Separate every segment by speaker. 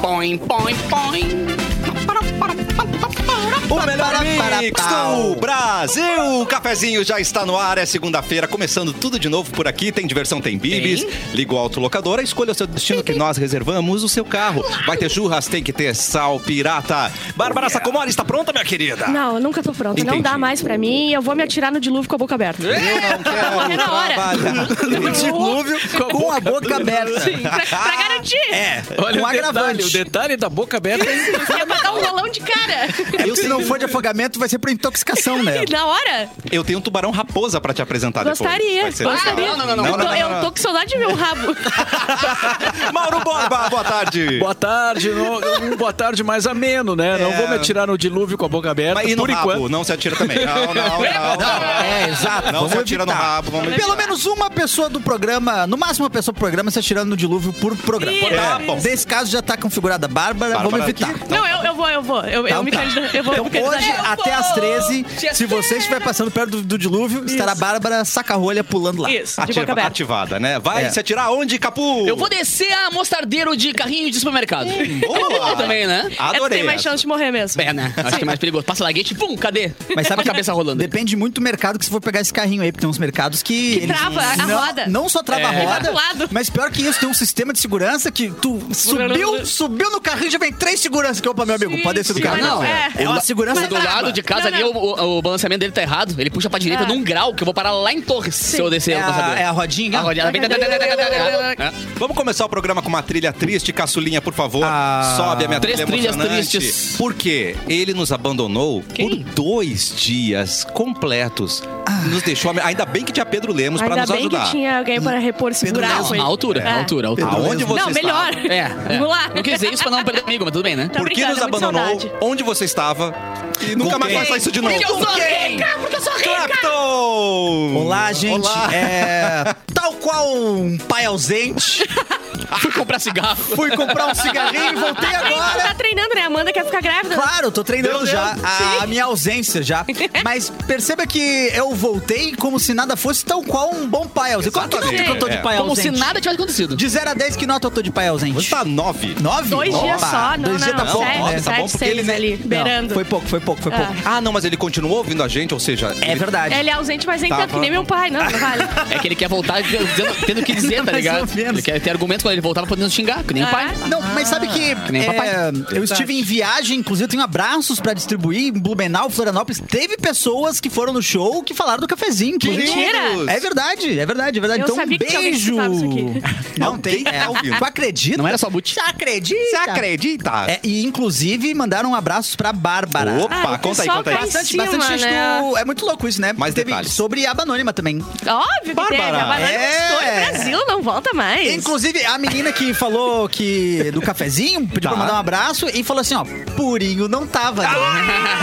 Speaker 1: Põe, põe, põe.
Speaker 2: O melhor mix do Brasil! O cafezinho já está no ar, é segunda-feira, começando tudo de novo por aqui. Tem diversão, tem bibis. Liga o autolocadora, escolha o seu destino que nós reservamos o seu carro. Vai ter churras, tem que ter sal pirata. Bárbara Sacomori, está pronta, minha querida?
Speaker 3: Não, eu nunca tô pronta. Não
Speaker 2: Entendi.
Speaker 3: dá mais pra mim. Eu vou me atirar no dilúvio com a boca aberta.
Speaker 2: Eu não
Speaker 3: Morrer na tá hora.
Speaker 2: trabalhar.
Speaker 4: dilúvio com a boca aberta.
Speaker 3: Pra, pra garantir.
Speaker 2: É,
Speaker 5: Olha
Speaker 4: Um
Speaker 5: o detalhe,
Speaker 4: agravante.
Speaker 5: o detalhe da boca aberta.
Speaker 3: Eu ia botar um rolão de cara.
Speaker 2: Tá
Speaker 4: E se não for de afogamento, vai ser por intoxicação, né?
Speaker 3: E na hora?
Speaker 2: eu tenho um tubarão raposa para te apresentar
Speaker 3: Gostaria.
Speaker 2: depois. Vai ser legal.
Speaker 3: Gostaria.
Speaker 1: Não, não, não, não,
Speaker 3: eu, tô,
Speaker 2: não, não,
Speaker 3: eu
Speaker 2: não.
Speaker 3: tô com saudade de ver o rabo.
Speaker 2: Mauro Borba, boa tarde.
Speaker 5: Boa tarde, não- um boa tarde mais ameno, né? Não
Speaker 2: É.
Speaker 5: vou me atirar no dilúvio com a boca aberta,
Speaker 2: Mas e no
Speaker 5: por
Speaker 2: rabo?
Speaker 5: enquanto.
Speaker 2: Não se atira também. Não, não, não. não.
Speaker 4: É, exato.
Speaker 2: Não
Speaker 4: Vamos
Speaker 2: se atira no
Speaker 4: evitar.
Speaker 2: rabo. Vamos
Speaker 4: Pelo menos uma pessoa do programa, no máximo uma pessoa do programa se atirando no dilúvio por programa.
Speaker 3: Isso.
Speaker 2: Tá bom.
Speaker 4: Nesse caso já tá configurada a Bárbara,
Speaker 2: Bárbara
Speaker 4: vamos evitar.
Speaker 2: aqui.
Speaker 3: Não, eu, eu vou, eu vou. Eu, eu
Speaker 4: Então
Speaker 3: me
Speaker 4: tá.
Speaker 3: candidato. Eu vou me
Speaker 4: Então,
Speaker 3: candidatar.
Speaker 4: hoje, até às 13,
Speaker 3: Dia
Speaker 4: se você estiver passando perto do, do dilúvio, estará a Bárbara saca-rolha pulando lá.
Speaker 3: Isso, de
Speaker 2: Ativa-
Speaker 3: boca aberta.
Speaker 2: ativada, né? Vai
Speaker 4: É.
Speaker 2: se atirar onde, Capu?
Speaker 1: Eu vou descer a mostardeiro de carrinho de supermercado.
Speaker 2: Boa!
Speaker 1: Também, né?
Speaker 3: É, tu
Speaker 2: Adorei.
Speaker 3: tem mais chance de morrer mesmo.
Speaker 1: É, né? Acho que é mais perigoso. Passa laguete, pum, cadê?
Speaker 4: Mas sabe
Speaker 1: Uma
Speaker 4: que
Speaker 1: cabeça rolando.
Speaker 4: depende muito do mercado que você for pegar esse carrinho aí, porque tem uns mercados que.
Speaker 3: Que trava a
Speaker 4: não,
Speaker 3: roda.
Speaker 4: Não só trava
Speaker 1: É.
Speaker 4: a roda,
Speaker 3: Vai pro lado.
Speaker 4: mas pior que isso, tem um sistema de segurança que tu subiu, subiu no carrinho já vem três seguranças que opa, meu amigo,
Speaker 3: Sim,
Speaker 4: pode descer do
Speaker 3: sim,
Speaker 4: carrinho.
Speaker 1: mas não
Speaker 3: é.
Speaker 4: é uma segurança
Speaker 3: Mas
Speaker 1: Do
Speaker 3: tá,
Speaker 4: braba.
Speaker 1: lado de casa
Speaker 3: Não,
Speaker 1: ali,
Speaker 3: não.
Speaker 1: O, o balanceamento dele tá errado. Ele puxa pra direita
Speaker 3: Ah.
Speaker 1: num grau que eu vou parar lá em Torres se eu descer
Speaker 4: É
Speaker 1: o
Speaker 4: a,
Speaker 1: passadeiro.
Speaker 4: é a rodinha?
Speaker 1: A rodinha, ela vem- É.
Speaker 2: Vamos começar o programa com uma trilha triste, caçulinha, por favor.
Speaker 4: Ah.
Speaker 2: Sobe a minha
Speaker 1: Três
Speaker 2: trilha
Speaker 1: trilhas
Speaker 2: emocionante.
Speaker 1: tristes.
Speaker 2: Por quê? Ele nos abandonou
Speaker 1: Quem?
Speaker 2: por dois dias completos. Nos deixou. Ainda bem que tinha Pedro Lemos pra
Speaker 3: Ainda
Speaker 2: nos
Speaker 3: bem
Speaker 2: ajudar.
Speaker 3: que tinha alguém para repor esse
Speaker 4: Pedro
Speaker 3: buraco
Speaker 4: Nelson,
Speaker 3: aí.
Speaker 1: Ah, Na altura,
Speaker 3: É.
Speaker 1: na altura, na altura.
Speaker 2: Aonde você
Speaker 3: Não,
Speaker 2: está?
Speaker 3: melhor.
Speaker 1: É, é.
Speaker 3: Vamos lá.
Speaker 1: Não quis dizer isso pra não perder amigo, mas tudo bem, né?
Speaker 3: Tá
Speaker 2: Por que
Speaker 3: brincando,
Speaker 2: nos
Speaker 3: é muita
Speaker 2: abandonou?
Speaker 3: saudade.
Speaker 2: Onde você estava? E nunca mais
Speaker 4: quem?
Speaker 2: faça isso de novo.
Speaker 1: Porque eu sou rica, porque eu sou rica.
Speaker 2: Clapton!
Speaker 4: Olá, gente.
Speaker 2: Olá.
Speaker 4: É, tal qual um pai ausente,
Speaker 1: Fui comprar cigarro.
Speaker 4: fui comprar um cigarrinho, voltei
Speaker 3: Tu
Speaker 4: agora.
Speaker 3: tá treinando, né? Amanda quer ficar grávida.
Speaker 4: Claro, tô treinando
Speaker 2: Meu
Speaker 4: já
Speaker 2: Deus,
Speaker 4: a, a minha ausência já. Mas perceba que eu voltei como se nada fosse tão qual um bom pai ausente. Quanto nota
Speaker 2: Exatamente.
Speaker 4: que eu tô de
Speaker 2: É.
Speaker 4: pai
Speaker 1: Como se
Speaker 4: né, ausente?
Speaker 1: nada tivesse acontecido.
Speaker 4: De 0 a 10, que nota eu tô de pai ausente?
Speaker 2: Você tá nove.
Speaker 4: Nove?
Speaker 3: Dois dias
Speaker 4: Opa,
Speaker 3: só, não,
Speaker 4: Dois dias
Speaker 3: não.
Speaker 4: tá bom,
Speaker 3: sete,
Speaker 2: né?
Speaker 3: sete,
Speaker 2: Tá bom porque
Speaker 3: seis
Speaker 2: ele, né?
Speaker 3: ali, beirando.
Speaker 4: Foi pouco, foi pouco, foi
Speaker 3: Ah.
Speaker 4: pouco.
Speaker 2: Ah, não, mas ele continuou ouvindo a gente, ou seja...
Speaker 4: É
Speaker 2: ele-
Speaker 4: verdade.
Speaker 3: Ele é ausente, mas nem
Speaker 2: Tá,
Speaker 3: tanto que nem meu pai. Não, não vale.
Speaker 1: É que ele quer voltar dizendo- tendo que dizer, tá
Speaker 4: Mais
Speaker 1: ligado?
Speaker 4: ou menos.
Speaker 1: Ele quer ter argumento quando ele voltar pra poder nos xingar, que nem o
Speaker 3: Ah.
Speaker 1: pai.
Speaker 4: Não, mas sabe que,
Speaker 1: nem
Speaker 4: é,
Speaker 1: papai.
Speaker 4: eu estive em viagem, inclusive eu tenho abraços pra distribuir em Blumenau, Florianópolis. Teve pessoas que foram no show que falaram do cafezinho. inclusive.
Speaker 3: Mentira!
Speaker 4: É verdade, é verdade, é verdade.
Speaker 3: Eu
Speaker 4: então,
Speaker 3: sabia
Speaker 4: um
Speaker 3: que tinha alguém que
Speaker 4: beijo.
Speaker 3: escutava isso
Speaker 4: Não tem.
Speaker 2: Alguém tá ouvindo.
Speaker 4: É, tu acredita?
Speaker 1: Não era só Buti.
Speaker 4: Você acredita?
Speaker 2: Você acredita?
Speaker 4: É, e inclusive mandaram abraços pra Bárbara.
Speaker 2: Opa,
Speaker 3: Ah, o
Speaker 2: conta aí,
Speaker 3: pessoal
Speaker 2: conta aí.
Speaker 3: cai em
Speaker 4: Bastante,
Speaker 3: cima,
Speaker 4: bastante gente
Speaker 3: né?
Speaker 4: do- É muito louco isso, né?
Speaker 2: Mais
Speaker 4: Teve
Speaker 2: detalhes.
Speaker 4: Sobre a Aba Anônima também.
Speaker 3: Óbvio que teve.
Speaker 2: Bárbara,
Speaker 3: A Bárbara
Speaker 4: é.
Speaker 3: conquistou o Brasil, não volta mais.
Speaker 4: Inclusive, a menina que falou que do cafezinho, pediu
Speaker 2: Tá.
Speaker 4: pra mandar um abraço e falou assim, ó, purinho não tava. né?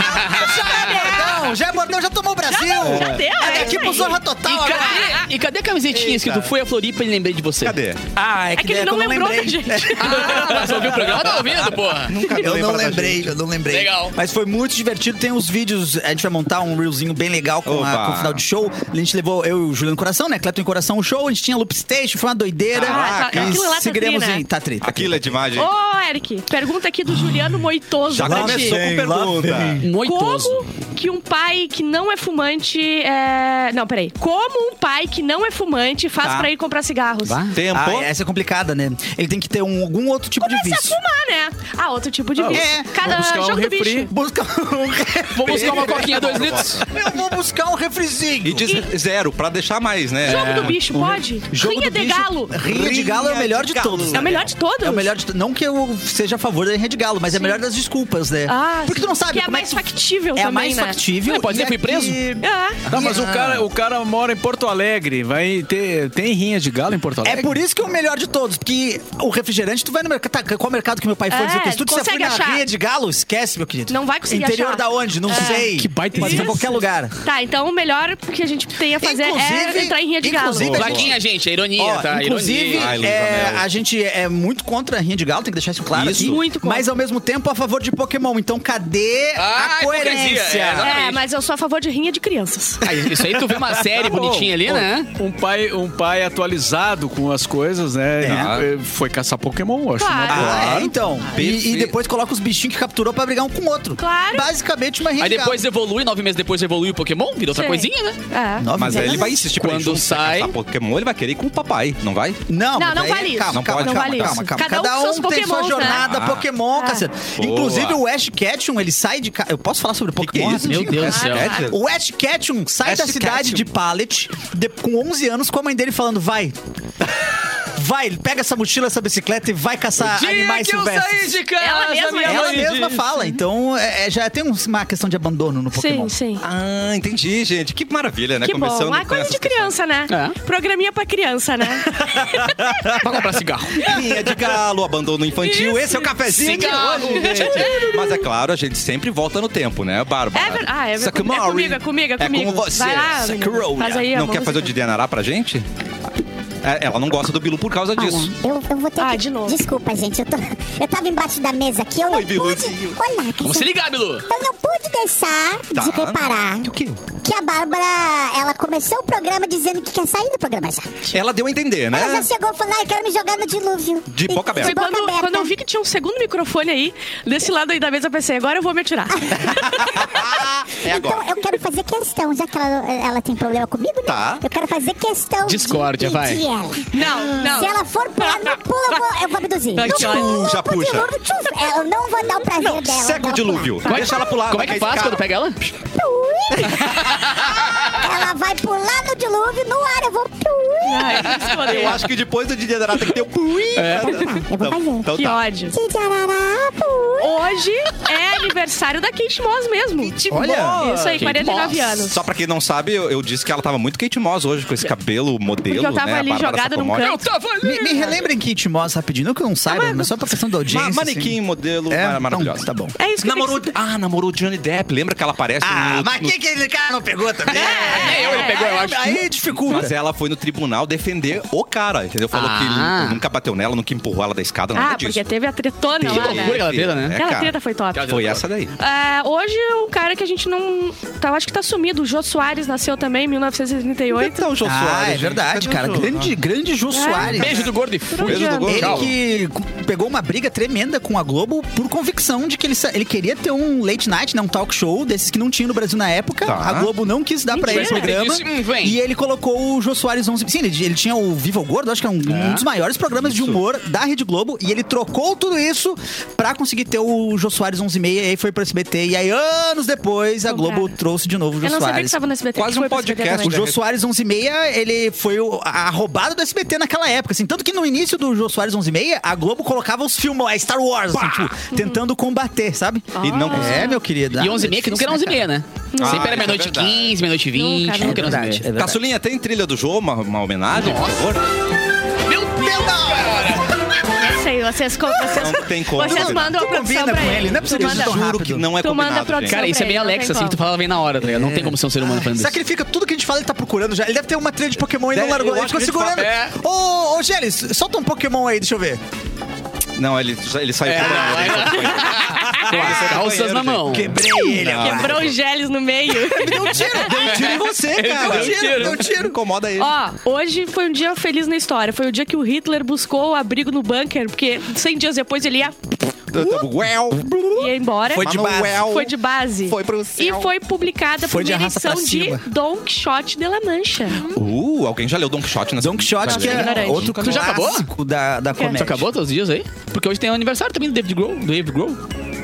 Speaker 4: já é bordão, já é bordão, já tomou o Brasil.
Speaker 3: já deu,
Speaker 4: é
Speaker 3: é
Speaker 4: daqui
Speaker 3: isso
Speaker 4: pro
Speaker 3: aí.
Speaker 4: Zorra
Speaker 1: E
Speaker 4: Total. agora.
Speaker 1: cadê, e cadê a camisetinha escrito Fui a Floripa e lembrei de você?
Speaker 2: Cadê?
Speaker 4: Ah,
Speaker 3: É que ele
Speaker 4: daí
Speaker 3: não
Speaker 4: eu
Speaker 3: lembrou da
Speaker 4: lembrei.
Speaker 3: gente.
Speaker 1: Ah, mas ouviu o programa? Tá ouvindo, porra?
Speaker 2: Nunca
Speaker 4: Eu não
Speaker 2: lembra da
Speaker 4: lembrei,
Speaker 2: gente.
Speaker 4: eu não lembrei.
Speaker 1: Legal.
Speaker 4: Mas foi muito divertido. Tem uns vídeos, a gente vai montar um reelzinho bem legal com, a-
Speaker 2: Oba.
Speaker 4: com o final de show. A gente levou eu e o Juliano Coração, né? Cleto em Coração, o show. A gente tinha Loop Station, foi uma doideira.
Speaker 3: Ah, tá.
Speaker 4: E
Speaker 3: Aquilo lá tá
Speaker 4: seguiremos
Speaker 3: tri, né?
Speaker 4: em. Tá treta.
Speaker 2: Aquilo é demais, gente.
Speaker 3: Ô, Eric, pergunta aqui do Juliano Moitoso.
Speaker 2: Já
Speaker 3: pra ti.
Speaker 2: começou com pergunta.
Speaker 1: Moitoso.
Speaker 3: Como que um pai que não é fumante. É... Não, peraí. Como um pai que não é fumante faz
Speaker 4: Tá.
Speaker 3: pra ir comprar cigarros?
Speaker 1: Vá.
Speaker 2: Tempo.
Speaker 4: Ah, essa é complicada, né? Ele tem que ter um, algum outro tipo de
Speaker 3: Começa a
Speaker 4: vício.
Speaker 3: é fumar, né? Ah, outro tipo de vício.
Speaker 4: é.
Speaker 3: Cada
Speaker 5: Vou buscar um
Speaker 3: jogo do
Speaker 5: refri.
Speaker 3: bicho.
Speaker 4: Busca um
Speaker 1: Vou buscar uma coquinha, dois litros.
Speaker 4: Eu vou buscar um refrizinho.
Speaker 2: E diz zero, pra deixar mais, né?
Speaker 3: Jogo do bicho, pode? Rinha de galo.
Speaker 4: Rinha de galo é o melhor de,
Speaker 2: Rinha de
Speaker 4: todos.
Speaker 2: galo.
Speaker 3: É o melhor de todos.
Speaker 4: É o melhor de to- Não que eu seja a favor da Rinha de Galo, mas é a melhor das desculpas, né?
Speaker 3: Ah,
Speaker 4: Porque tu não sabe
Speaker 3: Que é a
Speaker 4: como
Speaker 3: mais
Speaker 4: que tu-
Speaker 3: factível
Speaker 4: É a
Speaker 3: também,
Speaker 4: mais
Speaker 3: né?
Speaker 4: factível.
Speaker 1: É, pode
Speaker 4: e
Speaker 1: ser, fui
Speaker 4: a
Speaker 1: preso?
Speaker 4: que-
Speaker 3: É.
Speaker 5: Tá, mas
Speaker 2: Ah.
Speaker 5: o cara, o cara mora em Porto Alegre, vai ter tem rinha de galo em Porto
Speaker 4: É
Speaker 5: Alegre.
Speaker 4: por isso que é o melhor de todos, porque o refrigerante, tu vai no mercado. Tá, qual mercado que meu pai foi?
Speaker 3: É,
Speaker 4: dizer que se tu disser
Speaker 3: consegue
Speaker 4: fui na
Speaker 3: achar.
Speaker 4: rinha de galo, esquece, meu querido.
Speaker 3: Não vai conseguir
Speaker 4: Interior
Speaker 3: achar. É.
Speaker 4: da onde? Não sei.
Speaker 5: Que baita
Speaker 4: Pode ser
Speaker 5: ideia.
Speaker 4: qualquer lugar.
Speaker 3: Tá, então o melhor que a gente tem a fazer
Speaker 4: Inclusive-
Speaker 3: é entrar em rinha de galo.
Speaker 4: inclusive-
Speaker 1: Plaquinha, gente, é ironia,
Speaker 4: Ó,
Speaker 1: tá?
Speaker 4: inclusive,
Speaker 1: Ironia.
Speaker 2: Ai, Luísa
Speaker 4: é,
Speaker 2: Mel.
Speaker 4: a gente é muito contra a Rinha de Galo, tem que deixar isso claro
Speaker 2: Isso.
Speaker 4: aqui.
Speaker 3: Muito contra.
Speaker 4: Mas ao mesmo tempo a favor de Pokémon. Então cadê
Speaker 1: Ah,
Speaker 4: a
Speaker 1: hipocrisia,
Speaker 4: coerência?
Speaker 1: é, exatamente.
Speaker 3: É, mas eu sou a favor de rinha de crianças.
Speaker 1: Ah, Isso aí, tu vê uma série
Speaker 5: Tá bom.
Speaker 1: bonitinha É, ali,
Speaker 5: Um-
Speaker 1: né?
Speaker 5: Um pai, um pai atualizado com as coisas,
Speaker 2: É.
Speaker 5: né? Ele, eh, foi caçar Pokémon, eu acho. né?
Speaker 3: Claro.
Speaker 5: uma boa.
Speaker 4: Ah, é, então. E, e
Speaker 2: Perfeito.
Speaker 4: depois coloca os bichinhos que capturou pra brigar um com o outro.
Speaker 3: Claro.
Speaker 4: Basicamente uma rede
Speaker 1: Aí depois evolui, nove meses depois evolui o Pokémon, vira outra
Speaker 3: Sim.
Speaker 1: coisinha, né?
Speaker 3: É.
Speaker 4: Nove
Speaker 2: Mas aí
Speaker 4: meses.
Speaker 2: ele vai insistir pra
Speaker 1: Quando
Speaker 2: ele junto, se
Speaker 1: sai-
Speaker 2: caçar Pokémon, ele vai querer ir com o papai, não vai?
Speaker 4: Não,
Speaker 3: Não,
Speaker 4: mas
Speaker 3: não
Speaker 4: aí-
Speaker 3: vale isso.
Speaker 4: Calma,
Speaker 2: Não
Speaker 4: calma,
Speaker 2: pode,
Speaker 4: calma,
Speaker 2: não vale
Speaker 4: calma,
Speaker 3: isso.
Speaker 4: calma.
Speaker 3: Cada um com seus
Speaker 4: tem sua
Speaker 3: Pokémons, né?
Speaker 4: jornada
Speaker 2: Ah.
Speaker 4: Pokémon,
Speaker 3: Ah.
Speaker 4: caceta.
Speaker 2: Boa.
Speaker 4: Inclusive o Ash Ketchum, ele sai de casa. Eu posso falar sobre Pokémon?
Speaker 2: é isso,
Speaker 4: rapidinho?
Speaker 1: Meu Deus do céu.
Speaker 2: É,
Speaker 4: O Ash Ketchum sai
Speaker 2: Ash
Speaker 4: da cidade
Speaker 2: Ketchum.
Speaker 4: de Pallet de- com 11 anos com a mãe dele falando, vai... Vai, pega essa mochila, essa bicicleta e vai caçar É animais silvestres.
Speaker 1: de casa,
Speaker 3: Ela mesma- é minha
Speaker 4: Ela
Speaker 3: mãe
Speaker 4: mesma fala, então é, é, já tem um- uma questão de abandono no Pokémon.
Speaker 3: Sim, sim.
Speaker 2: Ah, entendi, gente. Que maravilha, né?
Speaker 3: Que
Speaker 2: Começando
Speaker 3: bom. Ah,
Speaker 2: com
Speaker 3: coisa
Speaker 2: essas
Speaker 3: de criança, né?
Speaker 1: É.
Speaker 3: Programinha pra criança, né?
Speaker 1: Pra comprar cigarro.
Speaker 2: Linha de galo, abandono infantil. Esse é o cafezinho de
Speaker 1: Cigarro.
Speaker 2: hoje, gente. Mas é claro, a gente sempre volta no tempo, né, Bárbara?
Speaker 3: É ver- ah, é ver-
Speaker 2: Sakamari.
Speaker 3: é comigo, é comigo, é comigo.
Speaker 2: com você.
Speaker 3: Vai lá, menino.
Speaker 2: Sakuroya.
Speaker 3: Faz aí a
Speaker 2: não quer
Speaker 3: música.
Speaker 2: fazer o de Denará pra gente? É, Ela não gosta do Bilu por causa
Speaker 6: Tá
Speaker 2: disso.
Speaker 6: Olha, eu, eu vou ter
Speaker 3: Ah,
Speaker 6: que...
Speaker 3: de novo.
Speaker 6: Desculpa, gente, eu, tô... eu tava embaixo da mesa aqui, eu
Speaker 2: Oi,
Speaker 6: não pude...
Speaker 2: Biluzinho.
Speaker 6: Olha,
Speaker 1: Vamos se
Speaker 6: cacete,
Speaker 1: ligar, Bilu.
Speaker 6: eu não pude deixar
Speaker 2: Tá.
Speaker 6: de reparar
Speaker 2: O quê?
Speaker 6: que a Bárbara, ela começou o programa dizendo que quer sair do programa já.
Speaker 2: Ela deu a entender, né?
Speaker 6: Ela já chegou falando, ah, eu quero me jogar no dilúvio.
Speaker 2: De boca aberta.
Speaker 3: Foi
Speaker 6: De boca
Speaker 3: quando,
Speaker 6: aberta.
Speaker 3: quando eu vi que tinha um segundo microfone aí, desse lado aí da mesa, eu pensei, agora eu vou me atirar.
Speaker 2: É agora.
Speaker 6: Então, eu quero fazer questão, já que ela, ela tem problema comigo, né?
Speaker 2: Tá.
Speaker 6: Eu quero fazer questão
Speaker 1: Discórdia,
Speaker 6: de impedir
Speaker 1: vai.
Speaker 6: ela.
Speaker 3: Não, não.
Speaker 6: Se ela for pular no pulo, eu vou, eu vou abduzir.
Speaker 3: Vai,
Speaker 6: No
Speaker 3: tchau.
Speaker 6: pulo,
Speaker 2: Já
Speaker 6: pro
Speaker 2: puxa.
Speaker 6: dilúvio, tchuf, Eu não vou dar o prazer
Speaker 2: Não,
Speaker 6: Então, dela.
Speaker 2: seca o
Speaker 6: dela
Speaker 2: dilúvio.
Speaker 6: pular.
Speaker 2: Deixa ela pular.
Speaker 1: Como é
Speaker 2: vai
Speaker 1: que faz
Speaker 2: escala.
Speaker 1: quando pega ela?
Speaker 6: Pui. ela vai pular no dilúvio, no ar, eu vou... Pui.
Speaker 3: Ai, isso que odeio.
Speaker 2: Eu acho que depois do de Denará tem que ter o pui.
Speaker 6: Eu vou fazer.
Speaker 2: Então
Speaker 3: Que
Speaker 2: tá.
Speaker 3: ódio.
Speaker 6: Tcharará, pui.
Speaker 3: Hoje é aniversário da Kate Moss mesmo.
Speaker 4: Olha,
Speaker 3: Isso aí,
Speaker 1: Kate
Speaker 3: 49
Speaker 1: Moss.
Speaker 3: anos.
Speaker 2: Só pra quem não sabe, eu, eu disse que ela tava muito Kate Moss hoje, com esse cabelo modelo,
Speaker 3: Porque eu tava
Speaker 2: né?
Speaker 3: ali
Speaker 2: A Bárbara
Speaker 3: jogada num
Speaker 2: Sacomori.
Speaker 3: canto.
Speaker 1: tava
Speaker 4: me, me relembrem quem te mostra rapidinho, não que eu não saiba, É. mas, só pra questão da audiência.
Speaker 2: Ma manequim,
Speaker 4: assim.
Speaker 2: modelo,
Speaker 4: É,
Speaker 2: mar-
Speaker 4: então,
Speaker 2: maravilhosa.
Speaker 4: tá bom.
Speaker 3: É isso que
Speaker 2: namorou,
Speaker 3: tem que
Speaker 2: Ah, namorou Johnny Depp. Lembra Ah, que ela aparece no... no-
Speaker 4: Ah, que ele cara não pegou também? É,
Speaker 1: Nem É,
Speaker 3: É,
Speaker 1: eu, ele pegou, eu acho.
Speaker 4: Aí dificulta.
Speaker 2: Mas ela foi no tribunal defender o cara, entendeu? Falou
Speaker 1: Ah.
Speaker 2: que ele nunca bateu nela, nunca empurrou ela da escada, nada
Speaker 3: Ah,
Speaker 2: disso.
Speaker 3: porque teve a tretona lá,
Speaker 1: loucura
Speaker 3: né?
Speaker 1: aquela treta, né?
Speaker 2: É,
Speaker 3: Aquela
Speaker 2: cara.
Speaker 3: treta foi top.
Speaker 2: Foi essa daí.
Speaker 3: É, hoje um cara que a gente não. Tá, eu acho que tá sumido. O Jô Soares nasceu também em 1938.
Speaker 2: Então, Jô
Speaker 4: Ah, é verdade, cara. Grande, grande Jô Soares.
Speaker 1: Beijo do gordo e fui.
Speaker 2: Beijo do gordo.
Speaker 4: Ele
Speaker 2: Tchau.
Speaker 4: que cu- pegou uma briga tremenda com a Globo por convicção de que ele, sa- ele queria ter um late night, né, um talk show desses que não tinha no Brasil na época.
Speaker 2: Tá.
Speaker 4: A Globo não quis dar pra ele o
Speaker 3: Mentira.
Speaker 4: programa.
Speaker 1: Ele disse, "Hum, vem."
Speaker 4: e ele colocou o Jô Soares 11. Sim, ele, ele tinha o Viva o Gordo, acho que é um, um dos maiores programas de humor da Rede Globo. E ele trocou tudo isso pra conseguir ter o Jô Soares 11 e meia. E aí foi pro SBT. E aí, anos depois, a
Speaker 3: Não,
Speaker 4: Globo
Speaker 3: cara.
Speaker 4: trouxe de novo o Jô
Speaker 3: Eu não sabia que
Speaker 4: Soares.
Speaker 3: estava no SBT.
Speaker 2: Quase
Speaker 3: que foi
Speaker 2: um
Speaker 3: pro SBT
Speaker 1: Né?
Speaker 2: podcast,
Speaker 4: É, O
Speaker 3: também.
Speaker 4: Jô Soares 11,6, ele foi o- a a roubada do SBT naquela época, assim. Tanto que no início do Jô Soares 11,6, a Globo colocava os filmes, é, Star Wars, assim, tipo, tentando combater, sabe?
Speaker 2: E não conseguiu.
Speaker 4: É, meu querido.
Speaker 1: E
Speaker 4: ah,
Speaker 1: 11 e meia, que nunca era 11 e meia, né?
Speaker 2: Ah,
Speaker 1: Sempre
Speaker 2: isso é
Speaker 1: era meia-noite
Speaker 2: verdade.
Speaker 1: 15, meia-noite 20,
Speaker 3: Nunca,
Speaker 1: nunca,
Speaker 3: nunca.
Speaker 1: era 11 e meia.
Speaker 4: verdade.
Speaker 2: Caçulinha, tem trilha do Jô, uma, uma homenagem, por favor?
Speaker 1: Meu Deus, cara!
Speaker 3: Não sei, vocês. co- vocês
Speaker 2: Não tem como.
Speaker 3: Vocês
Speaker 2: Tu
Speaker 3: mandam a produção
Speaker 4: combina
Speaker 3: pra
Speaker 4: com ele, não é
Speaker 3: Tu
Speaker 4: possível
Speaker 3: manda-
Speaker 4: isso tão
Speaker 2: Juro
Speaker 4: rápido.
Speaker 2: que não é
Speaker 3: Tu manda
Speaker 2: combinado,
Speaker 3: pra
Speaker 2: gente.
Speaker 1: Cara,
Speaker 3: Não,
Speaker 1: isso é
Speaker 3: peraí,
Speaker 1: meio
Speaker 3: não tem
Speaker 1: Alexa, assim,
Speaker 3: como.
Speaker 1: que tu fala bem na hora, tá ligado? Não tem como ser um ser humano falando isso.
Speaker 4: Sacrifica tudo que a gente fala, ele tá procurando já. Ele deve ter uma trilha de Pokémon e não
Speaker 1: É,
Speaker 2: Deve-
Speaker 4: largou.
Speaker 2: eu
Speaker 4: Ele
Speaker 2: acho
Speaker 4: ficou
Speaker 2: que ele
Speaker 4: segurando.
Speaker 1: fala-
Speaker 4: Ô, ô, Gélis, solta um Pokémon aí, deixa eu ver.
Speaker 2: Não, ele,
Speaker 3: É,
Speaker 2: ele saiu pro banheiro. ele foi pro banheiro. Ele foi pro
Speaker 1: Calças
Speaker 2: banheiro,
Speaker 1: na
Speaker 2: gente.
Speaker 1: mão.
Speaker 4: Quebrei ele.
Speaker 2: Não.
Speaker 4: agora.
Speaker 3: Quebrou os geles no meio.
Speaker 4: Deu um tiro, deu um tiro em você, cara.
Speaker 1: deu um tiro.
Speaker 4: deu
Speaker 2: Tiro,
Speaker 4: um tiro.
Speaker 2: incomoda ele.
Speaker 3: Ó, hoje foi um dia feliz na história. Foi o dia que o Hitler buscou o abrigo no bunker, porque 100 dias depois ele ia,
Speaker 2: tá Well,
Speaker 3: ia embora.
Speaker 4: Foi de base.
Speaker 2: Manuel.
Speaker 3: Foi de base.
Speaker 2: Foi pro céu.
Speaker 3: E foi publicada a
Speaker 4: Foi de
Speaker 3: primeira
Speaker 4: arrasta pra
Speaker 3: edição de
Speaker 4: cima.
Speaker 3: Don Quixote de La Mancha.
Speaker 2: Uh, alguém já leu Don Quixote nessa
Speaker 4: Don Quixote, que é
Speaker 3: ignorante.
Speaker 4: outro
Speaker 1: Tu já acabou?
Speaker 4: clássico da, da comédia.
Speaker 1: Tu acabou todos os dias aí? Porque hoje tem um aniversário também do David Grohl. Do David Grohl.